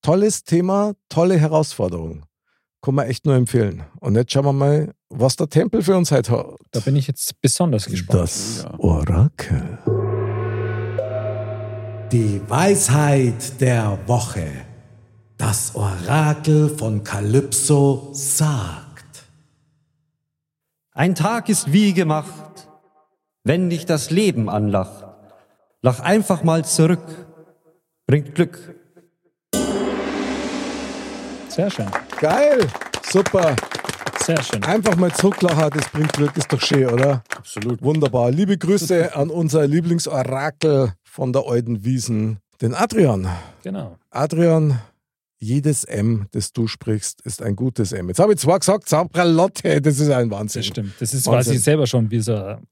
Speaker 1: tolles Thema, tolle Herausforderung. Kann man echt nur empfehlen. Und jetzt schauen wir mal, was der Tempel für uns heute hat.
Speaker 2: Da bin ich jetzt besonders gespannt.
Speaker 1: das
Speaker 4: Ja.
Speaker 1: Orakel.
Speaker 5: Die Weisheit der Woche. Das Orakel von Kalypso sagt.
Speaker 6: Ein Tag ist wie gemacht, wenn dich das Leben anlacht. Lach einfach mal zurück, bringt Glück.
Speaker 2: Sehr schön.
Speaker 1: Geil, super.
Speaker 2: Sehr schön.
Speaker 1: Einfach mal zurücklachen, das bringt Glück, ist doch schön, oder?
Speaker 4: Absolut.
Speaker 1: Wunderbar. Liebe Grüße an unser Lieblingsorakel von der alten Wiesen, den Adrian.
Speaker 2: Genau.
Speaker 1: Adrian, jedes M, das du sprichst, ist ein gutes M. Jetzt habe ich zwar gesagt, Sabralotte, das ist ein Wahnsinn.
Speaker 2: Das stimmt. Das ist
Speaker 1: Wahnsinn.
Speaker 2: quasi selber schon wie so eine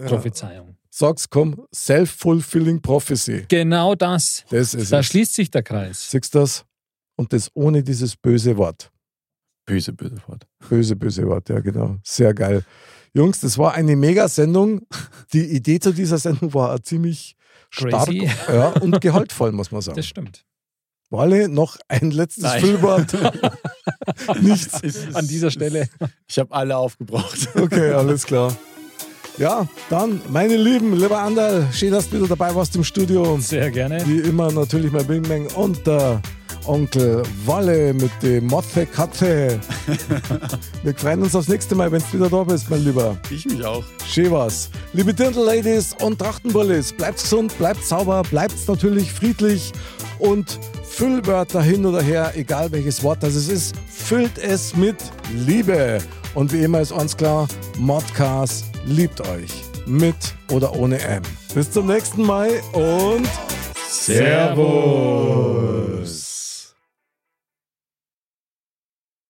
Speaker 1: Ja.
Speaker 2: Prophezeiung.
Speaker 1: Sag's, komm, Self-Fulfilling Prophecy.
Speaker 2: Genau das.
Speaker 1: Das ist
Speaker 2: Da
Speaker 1: es.
Speaker 2: schließt sich der Kreis.
Speaker 1: Siehst das? Und das ohne dieses böse Wort.
Speaker 4: Böse, böse Wort.
Speaker 1: Böse, böse Wort, ja genau. Sehr geil. Jungs, das war eine Mega-Sendung. Die Idee zu dieser Sendung war auch ziemlich stark
Speaker 2: Crazy.
Speaker 1: ja, und gehaltvoll, muss man sagen.
Speaker 2: Das stimmt.
Speaker 1: Walle, noch ein letztes
Speaker 4: Nein.
Speaker 1: Füllwort. Nichts.
Speaker 2: An dieser Stelle.
Speaker 4: Ich habe alle aufgebraucht.
Speaker 1: Okay, alles klar. Ja, dann, meine Lieben, lieber Anderl, schön, dass du wieder dabei warst im Studio.
Speaker 2: Sehr gerne.
Speaker 1: Wie immer natürlich mein Bing Bang und der Onkel Walle mit dem Motte Katze. Wir freuen uns aufs nächste Mal, wenn du wieder da bist, mein Lieber.
Speaker 4: Ich mich auch.
Speaker 1: Schön war's. Liebe Dirndl-Ladies und Trachtenbullis, bleibt gesund, bleibt sauber, bleibt natürlich friedlich und Füllwörter hin oder her, egal welches Wort das es ist, füllt es mit Liebe. Und wie immer ist uns klar, Modcast liebt euch. Mit oder ohne M. Bis zum nächsten Mal und
Speaker 2: Servus.
Speaker 1: Servus.